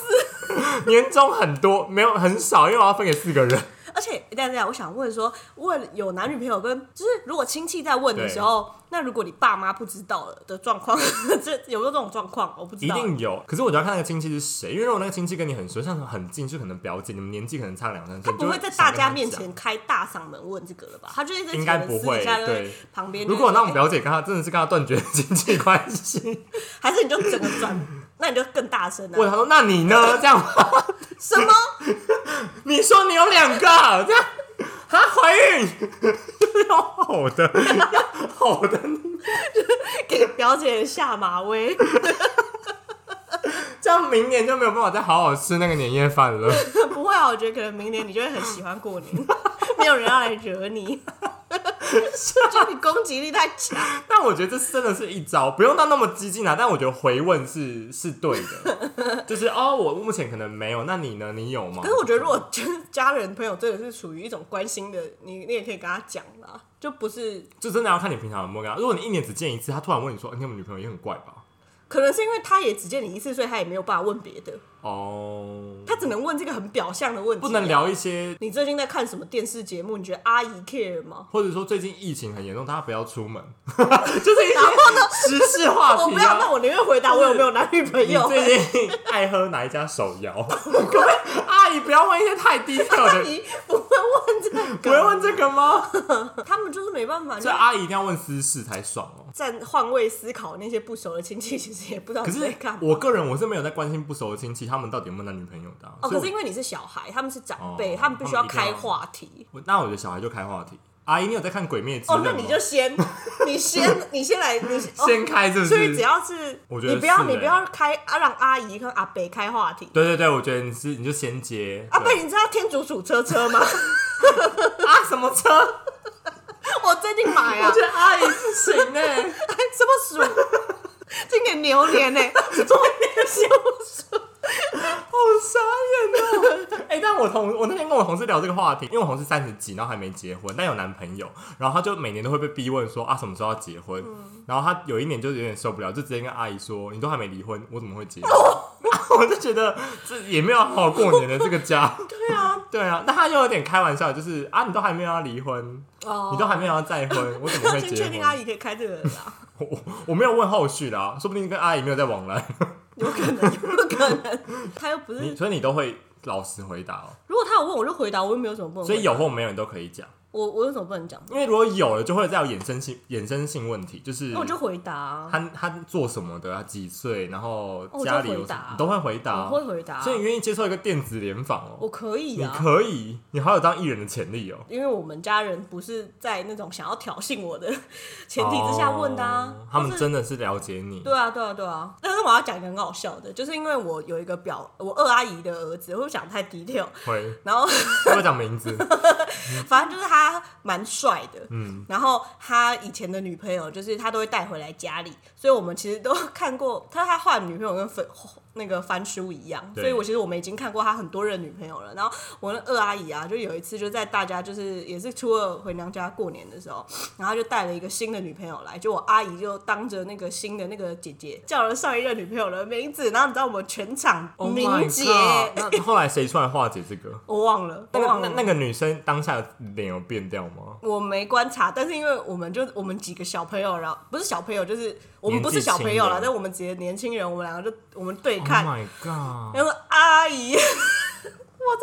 [SPEAKER 1] 年终很多，没有很少，因为我要分给四个 人。
[SPEAKER 2] 而且等一下等一下，我想问说，问有男女朋友跟就是如果亲戚在问的时候，那如果你爸妈不知道了的状况， 这有没有这种状况？我不知
[SPEAKER 1] 一
[SPEAKER 2] 道。
[SPEAKER 1] 定有，可是我就要看那个亲戚是谁，因为如果那个亲戚跟你很熟，像很近，就可能表姐，你们年纪可能差两三岁，
[SPEAKER 2] 不会
[SPEAKER 1] 你就
[SPEAKER 2] 在
[SPEAKER 1] 想
[SPEAKER 2] 大
[SPEAKER 1] 跟
[SPEAKER 2] 家
[SPEAKER 1] 他
[SPEAKER 2] 面
[SPEAKER 1] 讲。
[SPEAKER 2] 前开大嗓门问这个了吧？他就是在
[SPEAKER 1] 应该
[SPEAKER 2] 可能
[SPEAKER 1] 不
[SPEAKER 2] 私底
[SPEAKER 1] 会，
[SPEAKER 2] 下就会
[SPEAKER 1] 对。
[SPEAKER 2] 旁边就
[SPEAKER 1] 如
[SPEAKER 2] 会
[SPEAKER 1] 果那我们
[SPEAKER 2] 说，
[SPEAKER 1] 表姐跟他真的是跟他断绝 经济关 系，
[SPEAKER 2] 哎还是你就整个转， 那你就更大声
[SPEAKER 1] 问
[SPEAKER 2] 啊！
[SPEAKER 1] 他说：“那你呢？”这样，
[SPEAKER 2] 什么？
[SPEAKER 1] 你说你有两个，这样，她怀孕， 要吼的，要吼的
[SPEAKER 2] 给表姐下马威？
[SPEAKER 1] 这样明年就没有办法再好好吃那个年夜饭 了。
[SPEAKER 2] 不会啊，我觉得可能明年你就会很喜欢过年， 没有人要来惹你。 就你攻击力太强，
[SPEAKER 1] 但我觉得这真的是一招，不用到那么激进啊。但我觉得回问是是对的，就是哦，我目前可能没有，那你呢？你有吗
[SPEAKER 2] 可？是我觉得，如果就是家人朋友真的是属于一种关心的，你你也可以跟他讲啦，就不是
[SPEAKER 1] 就真的要看你平常有没有跟他。如果你一年只见一次，他突然问你说：“哎你有没有女朋友？”也很怪吧？
[SPEAKER 2] 可能是因为他也只见你一次，所以他也没有办法问别的，
[SPEAKER 1] 哦，
[SPEAKER 2] 他只能问这个很表象的问题。
[SPEAKER 1] 不能。聊一些，
[SPEAKER 2] 你最近在看什么电视节目？你觉得阿姨 care 吗？
[SPEAKER 1] 或者说最近疫情很严重，大家不要出 门，就是一些时事话
[SPEAKER 2] 我
[SPEAKER 1] 题
[SPEAKER 2] 不要，那
[SPEAKER 1] 啊。
[SPEAKER 2] 我宁愿回答我有没有男女朋
[SPEAKER 1] 你
[SPEAKER 2] 友。
[SPEAKER 1] 最近爱喝哪一家手摇？ 可不可以阿姨不要问一些太低调
[SPEAKER 2] 阿
[SPEAKER 1] 的，
[SPEAKER 2] 姨不会问这个，
[SPEAKER 1] 不会问这个啊吗？
[SPEAKER 2] 他们就是没办法，就
[SPEAKER 1] 所以阿姨一定要问私事才爽哦。
[SPEAKER 2] 站换位思考，那些不熟的亲戚其实也不知道
[SPEAKER 1] 可
[SPEAKER 2] 你在
[SPEAKER 1] 是
[SPEAKER 2] 干嘛。
[SPEAKER 1] 我个人我是没有在关心不熟的亲戚，他们到底有没有男女朋友的啊、
[SPEAKER 2] 哦，
[SPEAKER 1] 所以
[SPEAKER 2] 可
[SPEAKER 1] 我
[SPEAKER 2] 是因为你是小孩，他们是长辈，
[SPEAKER 1] 哦
[SPEAKER 2] 他们必须要
[SPEAKER 1] 他们一定要
[SPEAKER 2] 开话题。
[SPEAKER 1] 我那我觉得小孩就开话题。阿姨，你有在看《鬼灭之刃》
[SPEAKER 2] 哦
[SPEAKER 1] 吗？，
[SPEAKER 2] 那你 就先，你先，你先来，你哦
[SPEAKER 1] 先开是不
[SPEAKER 2] 所以只
[SPEAKER 1] 是？
[SPEAKER 2] 要是，
[SPEAKER 1] 我觉得
[SPEAKER 2] 你不要，
[SPEAKER 1] 是
[SPEAKER 2] 你
[SPEAKER 1] 欸
[SPEAKER 2] 不要开啊，让阿姨跟阿北开话题。
[SPEAKER 1] 对对对，我觉得你是你就先接
[SPEAKER 2] 阿
[SPEAKER 1] 对
[SPEAKER 2] 啊北，你知道天竺鼠车车 吗？
[SPEAKER 1] 啊什么车？
[SPEAKER 2] 我最近买啊
[SPEAKER 1] 我觉，得阿姨不行欸呢、
[SPEAKER 2] 什么鼠？今年牛年 呢、欸，中 年修鼠。
[SPEAKER 1] 好傻眼啊！哎、但我同我那天跟我同事聊这个话题，因为我同事三十几，然后还没结婚，但有男朋友，然后他就每年都会被逼问说啊什么时候要结婚，
[SPEAKER 2] 嗯
[SPEAKER 1] 然后他有一年就有点受不了，就直接跟阿姨说：“你都还没离婚，我怎么会 结婚？” 我就觉得这也没有好好过年的这个家，
[SPEAKER 2] 对啊，
[SPEAKER 1] 对啊，那他又有点开玩笑，就是啊你都还没有要离婚，你都
[SPEAKER 2] 哦，
[SPEAKER 1] 还没有要再婚，我怎么会
[SPEAKER 2] 先
[SPEAKER 1] 结
[SPEAKER 2] 确定阿
[SPEAKER 1] 婚？
[SPEAKER 2] 姨可以开这个了啦，
[SPEAKER 1] 我我我没有问后续啦、说不定跟阿姨没有再往来，
[SPEAKER 2] 有可能，有可能，他又不
[SPEAKER 1] 你
[SPEAKER 2] 是。
[SPEAKER 1] 所以你都会老实回答哦、
[SPEAKER 2] 如果他有问，我就回答，我又没有什么不能回
[SPEAKER 1] 所
[SPEAKER 2] 答。
[SPEAKER 1] 以有或没有你都可以讲。
[SPEAKER 2] 我我有什么不能讲？
[SPEAKER 1] 因为如果有了，就会再有衍生性衍生性问题，就是
[SPEAKER 2] 那我就回答啊、
[SPEAKER 1] 他他做什么的，他几岁，然后
[SPEAKER 2] 哦我就
[SPEAKER 1] 家里有
[SPEAKER 2] 回
[SPEAKER 1] 什
[SPEAKER 2] 答
[SPEAKER 1] 么，你都会回答，
[SPEAKER 2] 我会回答啊、
[SPEAKER 1] 所以你愿意接受一个电子联访哦？
[SPEAKER 2] 我可以
[SPEAKER 1] 你
[SPEAKER 2] 啊，
[SPEAKER 1] 可以，你好有当艺人的潜力哦。
[SPEAKER 2] 因为我们家人不是在那种想要挑衅我的 前提之下问的啊，
[SPEAKER 1] 哦他们
[SPEAKER 2] 就是
[SPEAKER 1] 真的是了解你。
[SPEAKER 2] 对啊，对啊，对啊。但是我要讲一个很好笑的，就是因为我有一个表，我二阿姨的儿子，我不想太低调。
[SPEAKER 1] 会，
[SPEAKER 2] 然后
[SPEAKER 1] 会不会讲名 字？
[SPEAKER 2] 反正就是他蛮帅的，
[SPEAKER 1] 嗯，
[SPEAKER 2] 然后他以前的女朋友就是他都会带回来家里，所以我们其实都看过他他换女朋友跟翻那个翻书一样，
[SPEAKER 1] 对
[SPEAKER 2] 所以我其实我们已经看过他很多任女朋友了。然后我那二阿姨啊，就有一次就在大家就是也是初二回娘家过年的时候，然后他就带了一个新的女朋友来，就我阿姨就当着那个新的那个姐姐叫了上一任女朋友的名字，然后你知道我们全场
[SPEAKER 1] Oh my
[SPEAKER 2] 凝结。
[SPEAKER 1] God，那后来谁出来化解这个？
[SPEAKER 2] 我忘了，
[SPEAKER 1] 那
[SPEAKER 2] 我
[SPEAKER 1] 个
[SPEAKER 2] 忘
[SPEAKER 1] 那
[SPEAKER 2] 了
[SPEAKER 1] 那个女生当下脸有变掉吗？
[SPEAKER 2] 我没观察，但是因为我们就我们几个小朋友，然后不是小朋友，就是我们
[SPEAKER 1] 年纪
[SPEAKER 2] 不是小朋友了
[SPEAKER 1] 轻，人
[SPEAKER 2] 但我们几个年轻人，我们两个就我们对
[SPEAKER 1] Oh
[SPEAKER 2] 看，
[SPEAKER 1] my god！
[SPEAKER 2] 然后说阿姨，我真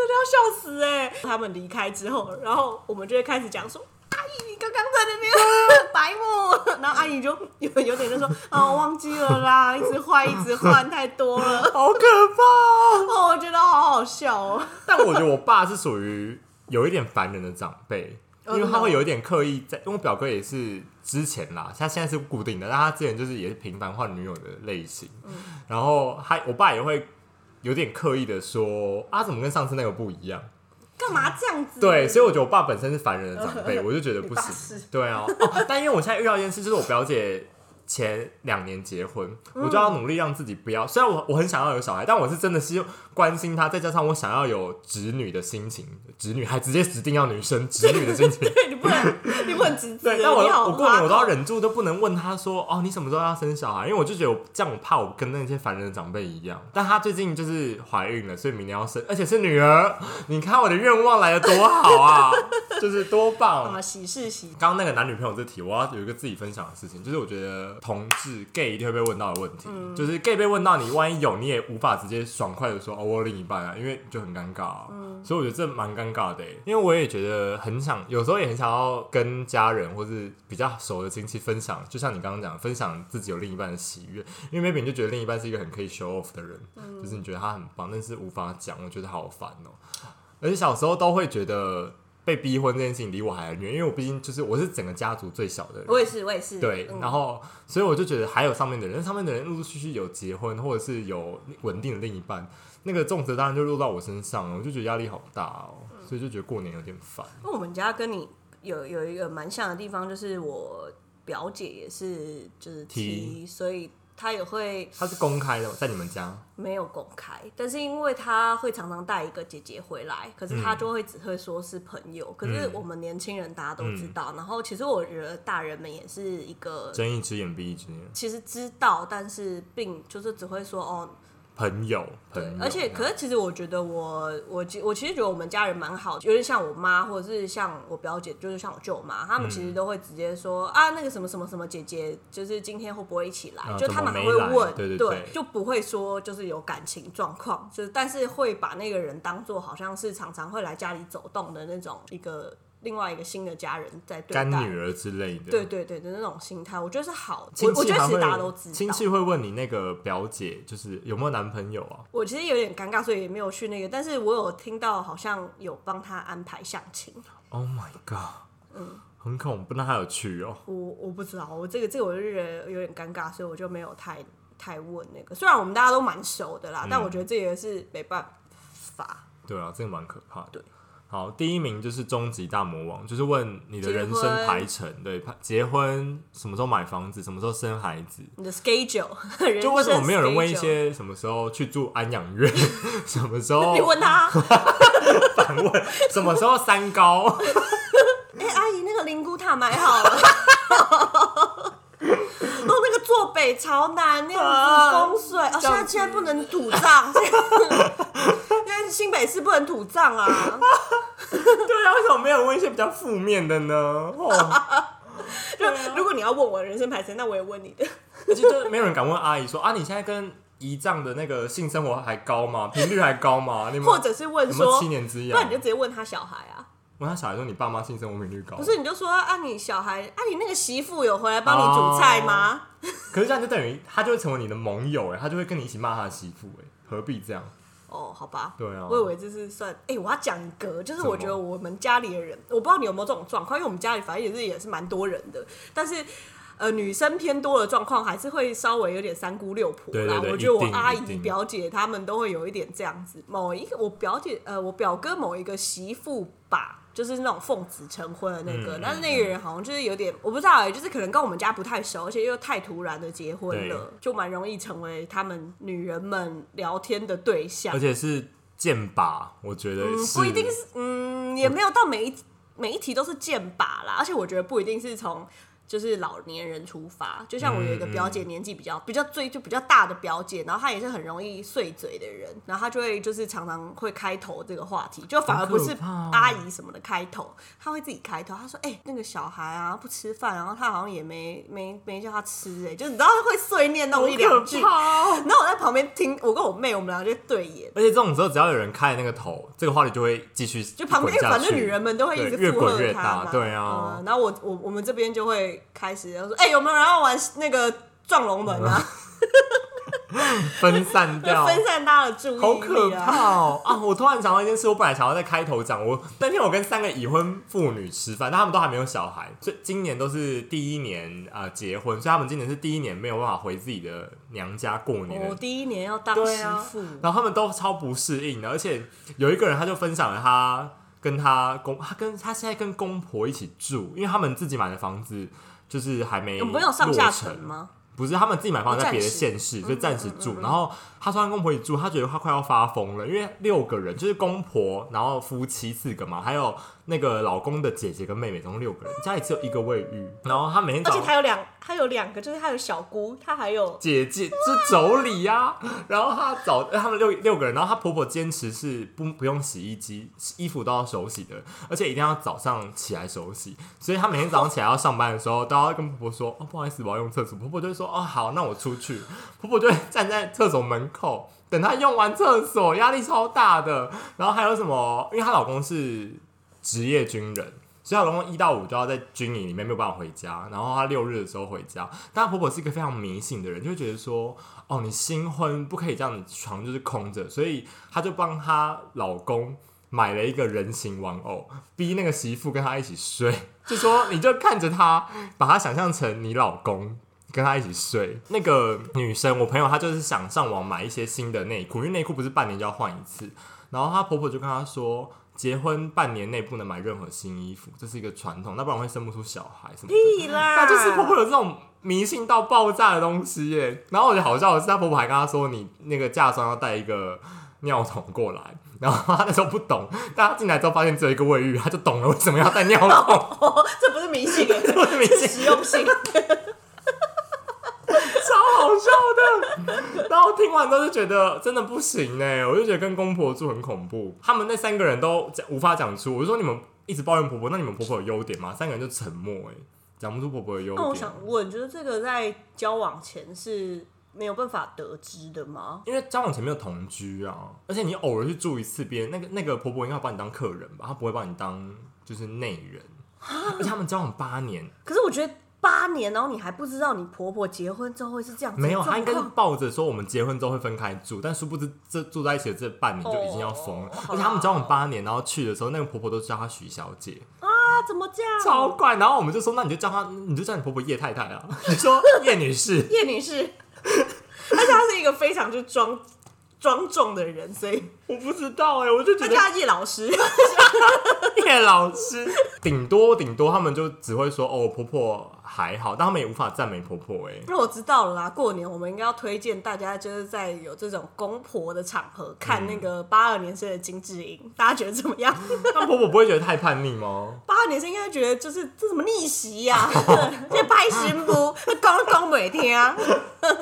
[SPEAKER 2] 的要笑死哎、他们离开之后，然后我们就会开始讲说。阿姨，你刚刚在那 边白目，然后阿姨就有有点就说啊，我忘记了啦，一直换，一直换，太多了。
[SPEAKER 1] 好可怕哦！
[SPEAKER 2] 哦，我觉得好好笑哦。
[SPEAKER 1] 但我觉得我爸是属于有一点烦人的长辈，因
[SPEAKER 2] 嗯
[SPEAKER 1] 为他会有一点刻意在，因为我表哥也是之前啦，他现在是固定的，但他之前就是也是频繁换女友的类型。然后他我爸也会有点刻意的说啊，怎么跟上次那个不一样？
[SPEAKER 2] 干嘛这样子？
[SPEAKER 1] 对，所以我觉得我爸本身是凡人的长辈，我就觉得不
[SPEAKER 2] 你爸是
[SPEAKER 1] 行。对啊、哦，但因为我现在遇到一件事，就是我表姐前两年结婚，
[SPEAKER 2] 嗯
[SPEAKER 1] 我就要努力让自己不要。虽然我我很想要有小孩，但我是真的是关心她，再加上我想要有侄女的心情，侄女还直接指定要女生侄女的心情。
[SPEAKER 2] 对你不能，你不能直接。
[SPEAKER 1] 对，但我
[SPEAKER 2] 你好
[SPEAKER 1] 我过年我都要
[SPEAKER 2] 花哦
[SPEAKER 1] 忍住，都不能问她说哦，你什么时候要生小孩？因为我就觉得我这样，我怕我跟那些凡人的长辈一样。但她最近就是怀孕了，所以明年要生，而且是女儿。你看我的愿望来的多好啊，就是多
[SPEAKER 2] 口
[SPEAKER 1] 棒
[SPEAKER 2] 啊，！喜事喜
[SPEAKER 1] 刚刚那个男女朋友这题，我要有一个自己分享的事情，就是我觉得同志 gay 一定会被问到的问题，就是 gay 被问到你万一有，你也无法直接爽快的说哦，我有另一半啊，因为就很尴尬、啊。所以我觉得这蛮尴尬的欸，因为我也觉得很想，有时候也很想要跟家人或是比较熟的亲戚分享，就像你刚刚讲，分享自己有另一半的喜悦，因为 maybe 你就觉得另一半是一个很可以 show off 的人，就是你觉得他很棒，但是无法讲，我觉得好烦哦、而且小时候都会觉得被逼婚这件事情离我还很远，因为我毕竟就是我是整个家族最小的人。
[SPEAKER 2] 我也是，我也是。
[SPEAKER 1] 对，
[SPEAKER 2] 嗯
[SPEAKER 1] 然后所以我就觉得还有上面的人，上面的人陆陆续续有结婚或者是有稳定的另一半，那个重责当然就落到我身上了，我就觉得压力好大哦，
[SPEAKER 2] 嗯
[SPEAKER 1] 所以就觉得过年有点烦。
[SPEAKER 2] 那我们家跟你有有一个蛮像的地方，就是我表姐也是就是
[SPEAKER 1] T
[SPEAKER 2] T，所以她也会
[SPEAKER 1] 他是公开的，在你们家
[SPEAKER 2] 没有公开，但是因为她会常常带一个姐姐回来，可是她
[SPEAKER 1] 嗯
[SPEAKER 2] 就会只会说是朋友。可是
[SPEAKER 1] 嗯
[SPEAKER 2] 我们年轻人大家都知道，然后其实我觉得大人们也是一个。
[SPEAKER 1] 睁一只眼闭一只眼，
[SPEAKER 2] 其实知道，但是并就是只会说哦，
[SPEAKER 1] 朋友朋
[SPEAKER 2] 对
[SPEAKER 1] 友，，
[SPEAKER 2] 而且可是其实我觉得我我其我其实觉得我们家人蛮好，有点像我妈或者是像我表姐，就是像我舅妈，他们其
[SPEAKER 1] 嗯
[SPEAKER 2] 实都会直接说、啊那个什么什么什么姐姐，就是今天会不会一起来？
[SPEAKER 1] 啊
[SPEAKER 2] 就他们
[SPEAKER 1] 怎么没
[SPEAKER 2] 还会
[SPEAKER 1] 来
[SPEAKER 2] 问，
[SPEAKER 1] 对对对
[SPEAKER 2] 就不会说就是有感情状况，就是但是会把那个人当做好像是常常会来家里走动的那种一个另外一个新的家人在对
[SPEAKER 1] 干
[SPEAKER 2] 待
[SPEAKER 1] 女。儿之类的，
[SPEAKER 2] 对对对的那种心态，我觉得是好。我
[SPEAKER 1] 亲戚
[SPEAKER 2] 我觉得
[SPEAKER 1] 还
[SPEAKER 2] 其实
[SPEAKER 1] 会
[SPEAKER 2] 大家都知道，
[SPEAKER 1] 亲戚会问你那个表姐就是有没有男朋友啊？
[SPEAKER 2] 我其实有点尴尬，所以也没有去那个。但是我有听到好像有帮他安排相亲，
[SPEAKER 1] Oh my god！很
[SPEAKER 2] 嗯
[SPEAKER 1] 恐怖，那他有去哦。
[SPEAKER 2] 我我不知道，我这个这个我就觉得有点尴尬，所以我就没有太太问那个。虽然我们大家都蛮熟的
[SPEAKER 1] 嗯
[SPEAKER 2] 啦，但我觉得这也是没办法。
[SPEAKER 1] 对啊，这个蛮可怕的。
[SPEAKER 2] 对
[SPEAKER 1] 好，第一名就是终极大魔王，就是问你的
[SPEAKER 2] 结
[SPEAKER 1] 人生
[SPEAKER 2] 婚
[SPEAKER 1] 排程，对，排结婚什么时候买房子，什么时候生孩子，
[SPEAKER 2] 你的 schedule，人
[SPEAKER 1] 就为什么
[SPEAKER 2] 生
[SPEAKER 1] 没有人问一
[SPEAKER 2] schedule？
[SPEAKER 1] 些哦什么时候去住安养 院，什么时候
[SPEAKER 2] 你问他，
[SPEAKER 1] 反问，什么时候三高？
[SPEAKER 2] 哎、阿姨，那个灵骨塔买好了。 哦，那个坐北朝南那样子风水，哦，现在现在不能土葬，现在 新北市不能土葬啊。
[SPEAKER 1] 对啊，为什么没有问一些比较负面的呢？哦，啊
[SPEAKER 2] 就如果你要问我人生排程，那我也问你的。
[SPEAKER 1] 而且就是没有人敢问阿姨说啊，你现在跟姨丈的那个性生活还高吗？频率还高吗？你们
[SPEAKER 2] 或者是问
[SPEAKER 1] 有没有
[SPEAKER 2] 说
[SPEAKER 1] 七，年之
[SPEAKER 2] 不然
[SPEAKER 1] 痒
[SPEAKER 2] 你就？直接问他小孩啊。
[SPEAKER 1] 问他小孩说你爸妈性生活频率高，
[SPEAKER 2] 不是，你就说啊，你小孩啊，你那个媳妇有回来帮你煮菜吗？
[SPEAKER 1] 可是这样就等于他就会成为你的盟友哎、他就会跟你一起骂他的媳妇哎、何必这样？
[SPEAKER 2] 哦，好吧，
[SPEAKER 1] 对啊
[SPEAKER 2] 我以为这是算，哎、我要讲一个，就是
[SPEAKER 1] 什么
[SPEAKER 2] 我觉得我们家里的人，我不知道你有没有这种状况，因为我们家里反正也是也是蛮多人的，但是。呃，女生偏多的状况还是会稍微有点三姑六婆
[SPEAKER 1] 对
[SPEAKER 2] 啦。
[SPEAKER 1] 对对
[SPEAKER 2] 我觉得
[SPEAKER 1] 一
[SPEAKER 2] 我
[SPEAKER 1] 定
[SPEAKER 2] 阿
[SPEAKER 1] 一
[SPEAKER 2] 姨、
[SPEAKER 1] 定
[SPEAKER 2] 表姐她们都会有一点这样子。某一个我表姐，呃，我表哥某一个媳妇吧，就是那种奉子成婚的那个，
[SPEAKER 1] 嗯
[SPEAKER 2] 但是那个人好像就是有点，我不知道、欸，就是可能跟我们家不太熟，而且又太突然的结婚
[SPEAKER 1] 对
[SPEAKER 2] 了，就蛮容易成为他们女人们聊天的对象
[SPEAKER 1] 而。且是剑拔，我觉得
[SPEAKER 2] 嗯
[SPEAKER 1] 是、
[SPEAKER 2] 不一定是，嗯，也没有到每一每一题都是剑拔啦，而且我觉得不一定是从。就是老年人出发，啊就像我有一个表
[SPEAKER 1] 嗯
[SPEAKER 2] 姐，年纪比较、比较最就比较大的表姐，然后她也是很容易碎嘴的人，然后她就会就是常常会开头这个话题，就反而不
[SPEAKER 1] 好
[SPEAKER 2] 是
[SPEAKER 1] 可怕哦
[SPEAKER 2] 阿姨什么的开头，她会自己开头，她说：“哎、那个小孩啊不吃饭，然后她好像也没没没叫他吃、哎，就你知道她会碎念那
[SPEAKER 1] 好
[SPEAKER 2] 种一两句
[SPEAKER 1] 可，怕哦
[SPEAKER 2] 然后我在旁边听，我跟我妹我们俩就对眼，
[SPEAKER 1] 而且这种时候，只要有人开那个头，这个话题就会继续就
[SPEAKER 2] 就旁边，因为反正女人们都会一直
[SPEAKER 1] 对越
[SPEAKER 2] 附和
[SPEAKER 1] 滚越
[SPEAKER 2] 他
[SPEAKER 1] 大
[SPEAKER 2] 嘛
[SPEAKER 1] 对啊
[SPEAKER 2] 嗯然后我我我们这边就会开始就说，哎、有没有人要玩那个撞龙门啊？
[SPEAKER 1] 分散 掉，
[SPEAKER 2] 分散大家的注意力、啊，
[SPEAKER 1] 嗯好可怕哦！啊，我突然想到一件事，我本来想要在开头讲，我 那天我跟三个已婚妇女吃饭，但他们都还没有小孩，所以今年都是第一年啊、呃结婚，所以他们今年是第一年没有办法回自己的娘家过年的
[SPEAKER 2] 我第一年要当
[SPEAKER 1] 对
[SPEAKER 2] 媳
[SPEAKER 1] 啊
[SPEAKER 2] 妇，
[SPEAKER 1] 然后他们都超不适应的，而且有一个人他就分享了他跟他公，他跟他现在跟公婆一起住，因为他们自己买的房子就是还没
[SPEAKER 2] 我们有上下
[SPEAKER 1] 哎落
[SPEAKER 2] 层吗？
[SPEAKER 1] 不是，他们自己买房
[SPEAKER 2] 哦
[SPEAKER 1] 在别的
[SPEAKER 2] 暂时嗯
[SPEAKER 1] 县市，就暂时住。然后他说他跟公婆一起住，他觉得他快要发疯了，因为六个人就是公婆，然后夫妻四个嘛，还有那个老公的姐姐跟妹妹，总共六个人，家里只有一个卫浴。然后他每天
[SPEAKER 2] 而
[SPEAKER 1] 早
[SPEAKER 2] 且
[SPEAKER 1] 上
[SPEAKER 2] 他有两，他有两个，就是他有小姑，他还有
[SPEAKER 1] 姐姐是妯娌呀，然后她早他们六六个人，然后她婆婆坚持是不不用洗衣机，衣服都要手洗的，而且一定要早上起来手洗，所以她每天早上起来要上班的时候，都要跟婆婆说哦不好意思，我要用厕所，婆婆就会说哦好，那我出去，婆婆就会站在厕所门口等她用完厕所，压力超大的，然后还有什么，因为她老公是职业军人。所以她老公一到五都要在军营里面，没有办法回家。然后她六日的时候回家，但她婆婆是一个非常迷信的人，就会觉得说，哦，你新婚不可以这样，你床就是空着。所以她就帮她老公买了一个人形玩偶，逼那个媳妇跟她一起睡，就说你就看着她，把她想象成你老公。跟她一起睡，那个女生，我朋友她就是想上网买一些新的内裤，因为内裤不是半年就要换一次，然后她婆婆就跟她说，结婚半年内不能买任何新衣服，这是一个传统，那不然会生不出小孩什么的。
[SPEAKER 2] 屁啦，
[SPEAKER 1] 那啊就是婆婆有这种迷信到爆炸的东西耶。然后我觉得好笑的是，她婆婆还跟她说，你那个嫁妆要带一个尿桶过来。然后她那时候不懂，但她进来之后发现只有一个卫浴，她就懂了为什么要带 尿桶，
[SPEAKER 2] 这不是迷信，这
[SPEAKER 1] 我就明
[SPEAKER 2] 是
[SPEAKER 1] 显
[SPEAKER 2] 实用性。
[SPEAKER 1] 超好笑的。然后听完之后就觉得真的不行哎，我就觉得跟公婆住很恐怖。他们那三个人都讲无法讲出，我就说你们一直抱怨婆婆，那你们婆婆有优点吗？三个人就沉默哎，讲不出婆婆的优
[SPEAKER 2] 哦那我
[SPEAKER 1] 点。
[SPEAKER 2] 想问，就是这个在交往前是没有办法得知的吗？
[SPEAKER 1] 因为交往前没有同居啊，而且你偶尔去住一次边，那个那个婆婆应该会把你当客人吧，她不会把你当就是内人。而且他们交往八年，
[SPEAKER 2] 可是我觉得八年，然后你还不知道你婆婆结婚之后会是这样子的
[SPEAKER 1] 没有，她应该是
[SPEAKER 2] 状况
[SPEAKER 1] 抱着说我们结婚之后会分开住，但殊不知这住在一起的这半年就已经要疯了。
[SPEAKER 2] 哦好
[SPEAKER 1] 而
[SPEAKER 2] 啦
[SPEAKER 1] 且他们交往八年，然后去的时候，那个婆婆都叫她许小姐，
[SPEAKER 2] 啊，怎么这样？
[SPEAKER 1] 超怪。然后我们就说，那你就叫她，你就叫你婆婆叶太太啊， 你说叶女士。
[SPEAKER 2] 叶女士， 而且她是一个非常就庄庄重的人，所以
[SPEAKER 1] 我不知道哎、我就觉
[SPEAKER 2] 她
[SPEAKER 1] 得
[SPEAKER 2] 叫她叶老师。
[SPEAKER 1] 叶老师，顶多顶多他们就只会说哦，婆婆还好，但他们也无法赞美婆婆 哎、
[SPEAKER 2] 那我知道了啦，过年我们应该要推荐大家，就是在有这种公婆的场合看那个八二年生的金智英，大家觉得怎么样？
[SPEAKER 1] 那婆婆不会觉得太叛逆吗？
[SPEAKER 2] 八二年生应该觉得就是这怎么逆袭呀、 这拍新妇，讲讲每天啊，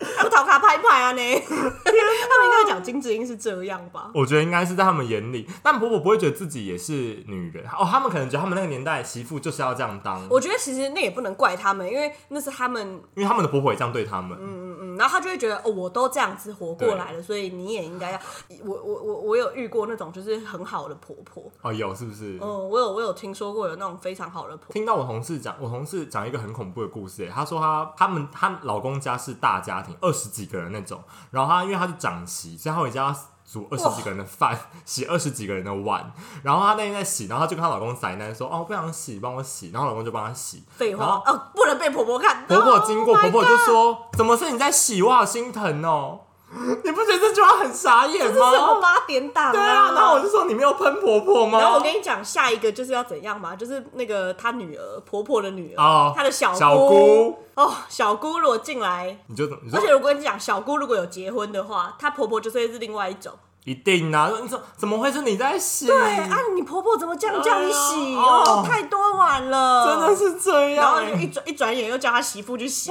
[SPEAKER 2] 我头卡拍拍啊呢。 他们应该讲金智英是这样吧？
[SPEAKER 1] 我觉得应该是在他们眼里，但婆婆不会觉得自己也是女人哦，他们可能觉得他们那个年代媳妇就是要这样当，
[SPEAKER 2] 我觉得其实那也不能怪他们，因为那是他们
[SPEAKER 1] 因为他们的婆婆也这样对他们，
[SPEAKER 2] 嗯然后他就会觉得哦，我都这样子活过来了，所以你也应该要。我我我我有遇过那种就是很好的婆婆，
[SPEAKER 1] 哦，有是不是？
[SPEAKER 2] 嗯，我有我有听说过有那种非常好的婆婆，
[SPEAKER 1] 听到我同事讲，我同事讲一个很恐怖的故事、欸。她说她他们她老公家是大家庭，二十几个人那种。然后她因为她是长媳，所以她回家煮二十几个人的饭，洗二十几个人的碗。然后她那天在洗，然后她就跟她老公塞奶说：“哦，不想洗，帮我洗。”然后老公就帮她洗。
[SPEAKER 2] 废
[SPEAKER 1] 然
[SPEAKER 2] 话
[SPEAKER 1] 后
[SPEAKER 2] 哦，不能被婆婆看到。
[SPEAKER 1] 婆婆经过
[SPEAKER 2] Oh my
[SPEAKER 1] 婆婆就
[SPEAKER 2] God
[SPEAKER 1] 说：“怎么是你在洗？我好心疼哦！” 你不觉得这句话很傻眼
[SPEAKER 2] 这是什
[SPEAKER 1] 吗？
[SPEAKER 2] 么八点档、
[SPEAKER 1] 对啊，然后我就哦说：“你没有喷婆婆吗？”
[SPEAKER 2] 然后我跟你讲，下一个就是要怎样嘛，就是那个她女儿婆婆的女儿，
[SPEAKER 1] 哦
[SPEAKER 2] 她的小
[SPEAKER 1] 小姑
[SPEAKER 2] 哦，小姑如果进来，
[SPEAKER 1] 你就你就
[SPEAKER 2] 而且我跟你讲，小姑如果有结婚的话，她婆婆就是会是另外一种。
[SPEAKER 1] 一定啊！你说怎么会是你在洗？
[SPEAKER 2] 对啊，你婆婆怎么这样叫你洗、
[SPEAKER 1] 哎呀
[SPEAKER 2] 哦
[SPEAKER 1] 嗯哦？
[SPEAKER 2] 太多碗了，
[SPEAKER 1] 真的。是这
[SPEAKER 2] 然
[SPEAKER 1] 样
[SPEAKER 2] 后
[SPEAKER 1] 欸、
[SPEAKER 2] 就一转一转眼又叫她媳妇 去洗，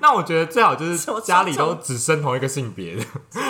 [SPEAKER 1] 那我觉得最好就是
[SPEAKER 2] 什么
[SPEAKER 1] 家里
[SPEAKER 2] 双
[SPEAKER 1] 都
[SPEAKER 2] 重
[SPEAKER 1] 只生同一个性别 的。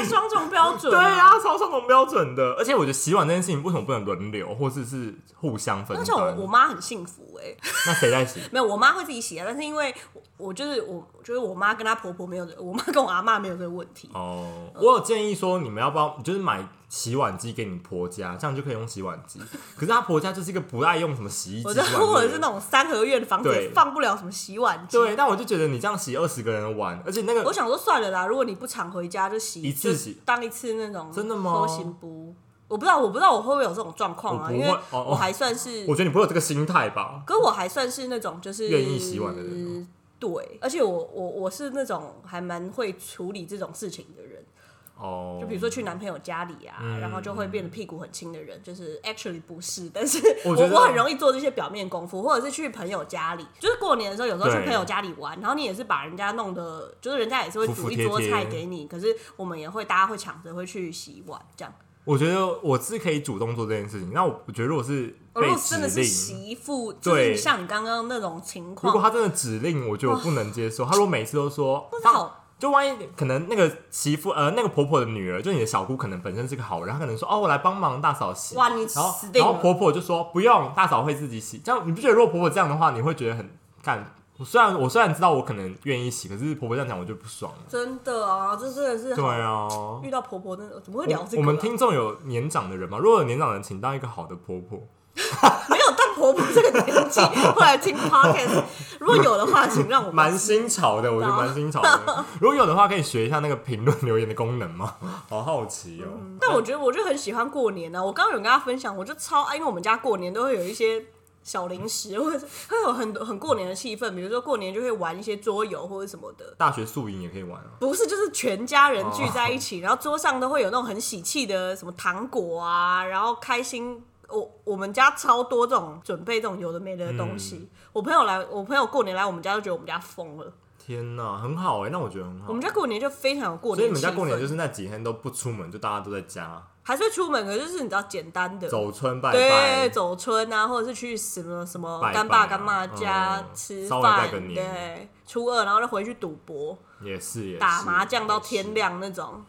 [SPEAKER 2] 双重标准。
[SPEAKER 1] 对啊，超双重标准的。而且我觉得洗碗这件事情为什么不能轮流，或是是互相分
[SPEAKER 2] 而且我
[SPEAKER 1] 担
[SPEAKER 2] 我？妈很幸福哎、
[SPEAKER 1] 那谁在 洗？
[SPEAKER 2] 没有，我妈会自己洗啊，但是因为我我就是我就是我妈跟她婆婆没有这，我妈跟我阿妈没有这个问题。
[SPEAKER 1] 哦，我有建议说，你们要不要就是买洗碗机给你婆家，这样就可以用洗碗 机。可是她婆家就是一个不爱用什么洗衣机，
[SPEAKER 2] 我
[SPEAKER 1] 洗
[SPEAKER 2] 知道
[SPEAKER 1] 碗机，
[SPEAKER 2] 或者是那种三合院的房
[SPEAKER 1] 对
[SPEAKER 2] 子放不了什么洗碗机。
[SPEAKER 1] 对。但我就觉得你这样洗二十个人的碗，而且那
[SPEAKER 2] 我
[SPEAKER 1] 个
[SPEAKER 2] 想说算了啦，如果你不常回家就洗
[SPEAKER 1] 一次
[SPEAKER 2] 就
[SPEAKER 1] 洗
[SPEAKER 2] 当一次那种
[SPEAKER 1] 真的吗
[SPEAKER 2] 拖行不？我不知道，我不知道我会不会有这种状况
[SPEAKER 1] 我
[SPEAKER 2] 啊，
[SPEAKER 1] 不会
[SPEAKER 2] 因为
[SPEAKER 1] 哦哦
[SPEAKER 2] 我还算是，
[SPEAKER 1] 我觉得你不会有这个心态吧？
[SPEAKER 2] 可我还算是那种就是
[SPEAKER 1] 愿意洗碗的人哦
[SPEAKER 2] 嗯对，而且我我我是那种还蛮会处理这种事情的人，
[SPEAKER 1] 哦，
[SPEAKER 2] 就比如说去男朋友家里啊，
[SPEAKER 1] 嗯
[SPEAKER 2] 然后就会变得屁股很轻的人，就是 actually 不是， 但是
[SPEAKER 1] 我
[SPEAKER 2] 我
[SPEAKER 1] 觉得
[SPEAKER 2] 我很容易做这些表面功夫，或者是去朋友家里，就是过年的时候有时候去
[SPEAKER 1] 对
[SPEAKER 2] 朋友家里玩，然后你也是把人家弄得，就是人家也是会
[SPEAKER 1] 服服
[SPEAKER 2] 煮一
[SPEAKER 1] 帖
[SPEAKER 2] 桌
[SPEAKER 1] 帖
[SPEAKER 2] 菜给你，可是我们也会大家会抢着会去洗碗这样。
[SPEAKER 1] 我觉得我是可以主动做这件事情。那我我觉得如果是
[SPEAKER 2] 哦如
[SPEAKER 1] 被
[SPEAKER 2] 果
[SPEAKER 1] 指
[SPEAKER 2] 真的是
[SPEAKER 1] 令，
[SPEAKER 2] 媳妇，就
[SPEAKER 1] 对
[SPEAKER 2] 是像你刚刚那种情
[SPEAKER 1] 如果
[SPEAKER 2] 况，
[SPEAKER 1] 他真的指令，我觉得我不能接受。他如果每次都说哦
[SPEAKER 2] 那，好，
[SPEAKER 1] 就万一可能那个媳妇呃那个婆婆的女儿，就你的小姑，可能本身是个好人，她可能说哦我来帮忙大嫂洗，
[SPEAKER 2] 哇你
[SPEAKER 1] 然后
[SPEAKER 2] 死定
[SPEAKER 1] 然后
[SPEAKER 2] 了
[SPEAKER 1] 婆婆就说不用，大嫂会自己洗。这样你不觉得如果婆婆这样的话，你会觉得很干？我虽然我虽然知道我可能愿意洗，可是婆婆这样讲我就不爽了。
[SPEAKER 2] 真的啊，这真的是
[SPEAKER 1] 对啊，
[SPEAKER 2] 遇到婆婆那怎么会 聊这个啊、
[SPEAKER 1] 我们听众有年长的人吗？如果有年长的人，请当一个好的婆婆。
[SPEAKER 2] 没有到婆婆这个年纪， 后来听 podcast，如果有的话，请让我们
[SPEAKER 1] 蛮新潮的，我觉得蛮新潮的。如果有的话，可以学一下那个评论留言的功能 吗？好好奇哦、
[SPEAKER 2] 但我觉得我就很喜欢过年呢、啊。我刚刚有跟大家分享，我就超爱，因为我们家过年都会有一些小零食，或者是会有很多很过年的气氛，比如说过年就会玩一些桌游或者什么的。
[SPEAKER 1] 大学宿营也可以玩啊。
[SPEAKER 2] 不是，就是全家人聚在一
[SPEAKER 1] 哦
[SPEAKER 2] 起，然后桌上都会有那种很喜气的什么糖果啊，然后开心。我我们家超多这种准备这种有的没的东西。
[SPEAKER 1] 嗯
[SPEAKER 2] 我朋友来，我朋友过年来我们家就觉得我们家疯了。
[SPEAKER 1] 天哪，很好哎、那我觉得很好。
[SPEAKER 2] 我们家过年就非常有过年，
[SPEAKER 1] 所以你们家过年就是是那几天都不出门，就大家都在家
[SPEAKER 2] 还是会出门，可是就是你知道简单的，
[SPEAKER 1] 走村拜拜
[SPEAKER 2] 对，。走村啊，或者是去什么什么
[SPEAKER 1] 拜拜啊
[SPEAKER 2] 干爸干妈家
[SPEAKER 1] 嗯
[SPEAKER 2] 吃
[SPEAKER 1] 稍微拜
[SPEAKER 2] 饭，
[SPEAKER 1] 个年
[SPEAKER 2] 对，初二然后就回去赌博、
[SPEAKER 1] 也是也是
[SPEAKER 2] 打麻将到天，
[SPEAKER 1] 也是
[SPEAKER 2] 亮那种，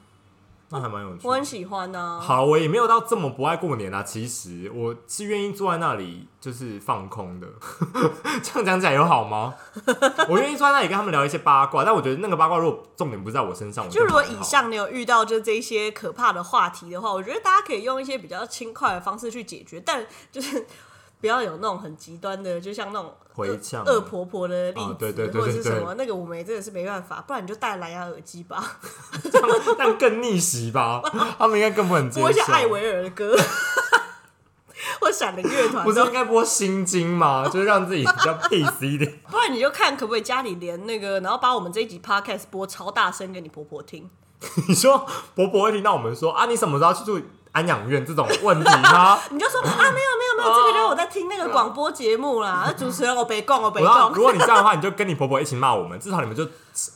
[SPEAKER 1] 那还蛮有趣
[SPEAKER 2] 我很
[SPEAKER 1] 的。
[SPEAKER 2] 喜欢呢、啊。
[SPEAKER 1] 好，我也没有到这么不爱过年啦。啊其实我是愿意坐在那里就是放空的， 这样讲起来有好 吗？我愿意坐在那里跟他们聊一些八卦，但我觉得那个八卦如果重点不是在我身上，我
[SPEAKER 2] 就如果
[SPEAKER 1] 还好
[SPEAKER 2] 以上你有遇到就这些可怕的话题的话，我觉得大家可以用一些比较轻快的方式去解决，但就是 不要有那种很极端的，就像那种
[SPEAKER 1] 回呛
[SPEAKER 2] 恶恶婆婆的例子，
[SPEAKER 1] 嗯啊对对对
[SPEAKER 2] 或者是
[SPEAKER 1] 对对
[SPEAKER 2] 什么那个我们也真的是没办法，不然你就戴蓝牙耳机吧，
[SPEAKER 1] 这样更逆袭 吧，他们应该更不能接受。
[SPEAKER 2] 播一下艾维尔的歌， 或闪灵乐团，
[SPEAKER 1] 不是应该播心经 吗？就是让自己比较 peace 一点。
[SPEAKER 2] 不然你就看可不可以家里连那个，然后把我们这一集 podcast 播超大声给你婆婆听。
[SPEAKER 1] 你说伯伯会听到我们说啊，你什么时候要去住安养院这种问题 吗？
[SPEAKER 2] 你就说啊，没有没有没有，这个就是我在听那个广播节目啦。那主持人我别供我别
[SPEAKER 1] 我要如
[SPEAKER 2] 供，
[SPEAKER 1] 果你这样的话，你就跟你婆婆一起骂我们，至少你们就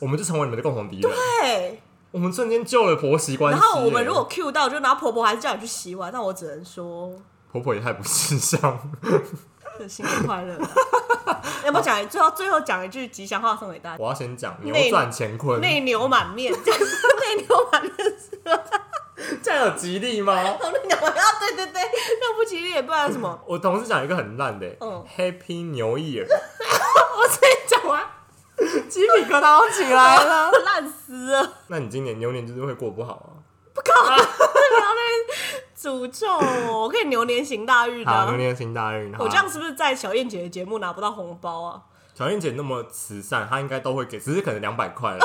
[SPEAKER 1] 我们就成为你们的共同敌人。
[SPEAKER 2] 对。
[SPEAKER 1] 我们瞬间救了婆媳关系
[SPEAKER 2] 然
[SPEAKER 1] 耶。
[SPEAKER 2] 后我们如果 Q 到，就拿婆婆还是叫你去洗碗，那我只能说
[SPEAKER 1] 婆婆也太不识 相，
[SPEAKER 2] 新年 快乐啦。要不要讲一最后最后讲一句吉祥话送给大家？
[SPEAKER 1] 我要先讲扭
[SPEAKER 2] 内
[SPEAKER 1] 转乾坤，
[SPEAKER 2] 内牛满面， 内牛满面是吧？
[SPEAKER 1] 这样有吉利 吗？
[SPEAKER 2] 内牛满面，对对对，那不吉利也不知道什 么。
[SPEAKER 1] 我同事讲一个很烂的、
[SPEAKER 2] 嗯
[SPEAKER 1] h a p p y 牛 Year，
[SPEAKER 2] 我先讲完，
[SPEAKER 3] 鸡皮疙瘩都起来了。
[SPEAKER 2] 烂死了，
[SPEAKER 1] 那你今年牛年就是会过不好啊。
[SPEAKER 2] 诅咒哦我，我可以牛年行大运
[SPEAKER 1] 好，
[SPEAKER 2] 啊
[SPEAKER 1] 牛！年行大运。好
[SPEAKER 2] 我这样是不是在小燕姐的节目拿不到红包啊？
[SPEAKER 1] 小燕姐那么慈善，她应该都会给，只是可能两百块了，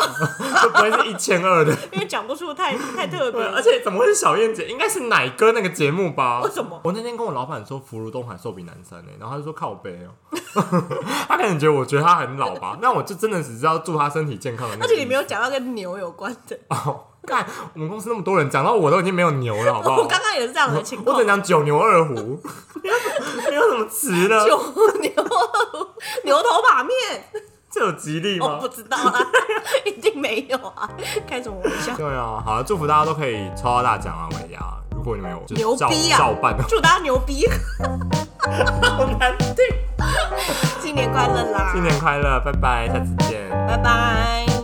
[SPEAKER 1] 就 不会是一千二的。
[SPEAKER 2] 因为讲不出 太太特别
[SPEAKER 1] 对，，啊而且怎么会是小燕姐？应该是奶哥那个节目吧？
[SPEAKER 2] 为什么
[SPEAKER 1] 我那天跟我老板说福如东海寿比南山呢、然后他就说靠背哦、 他可能觉得我觉得他很老吧？那我就真的只知道祝他身体健康的那个
[SPEAKER 2] 而
[SPEAKER 1] 意思。
[SPEAKER 2] 且你没有讲到跟牛有关的。
[SPEAKER 1] 哦，干，我们公司那么多人，讲到我都已经没有牛了，好不好？
[SPEAKER 2] 我刚刚也是这样的情
[SPEAKER 1] 我
[SPEAKER 2] 况
[SPEAKER 1] 只。能讲九牛二 虎，没有什么词了，
[SPEAKER 2] 九牛牛头马面，
[SPEAKER 1] 这有吉利
[SPEAKER 2] 我
[SPEAKER 1] 吗
[SPEAKER 2] 不？知 道啊，一定没有啊，开什么玩笑？
[SPEAKER 1] 对啊，好，祝福大家都可以抽到大奖啊，尾牙。如果你们有，就是
[SPEAKER 2] 牛
[SPEAKER 1] 照
[SPEAKER 2] 逼啊
[SPEAKER 1] 照办，
[SPEAKER 2] 祝大家牛逼，
[SPEAKER 1] 好难听。
[SPEAKER 2] 新年快乐啦！
[SPEAKER 1] 新年快乐，拜拜，下次见。
[SPEAKER 2] 拜拜。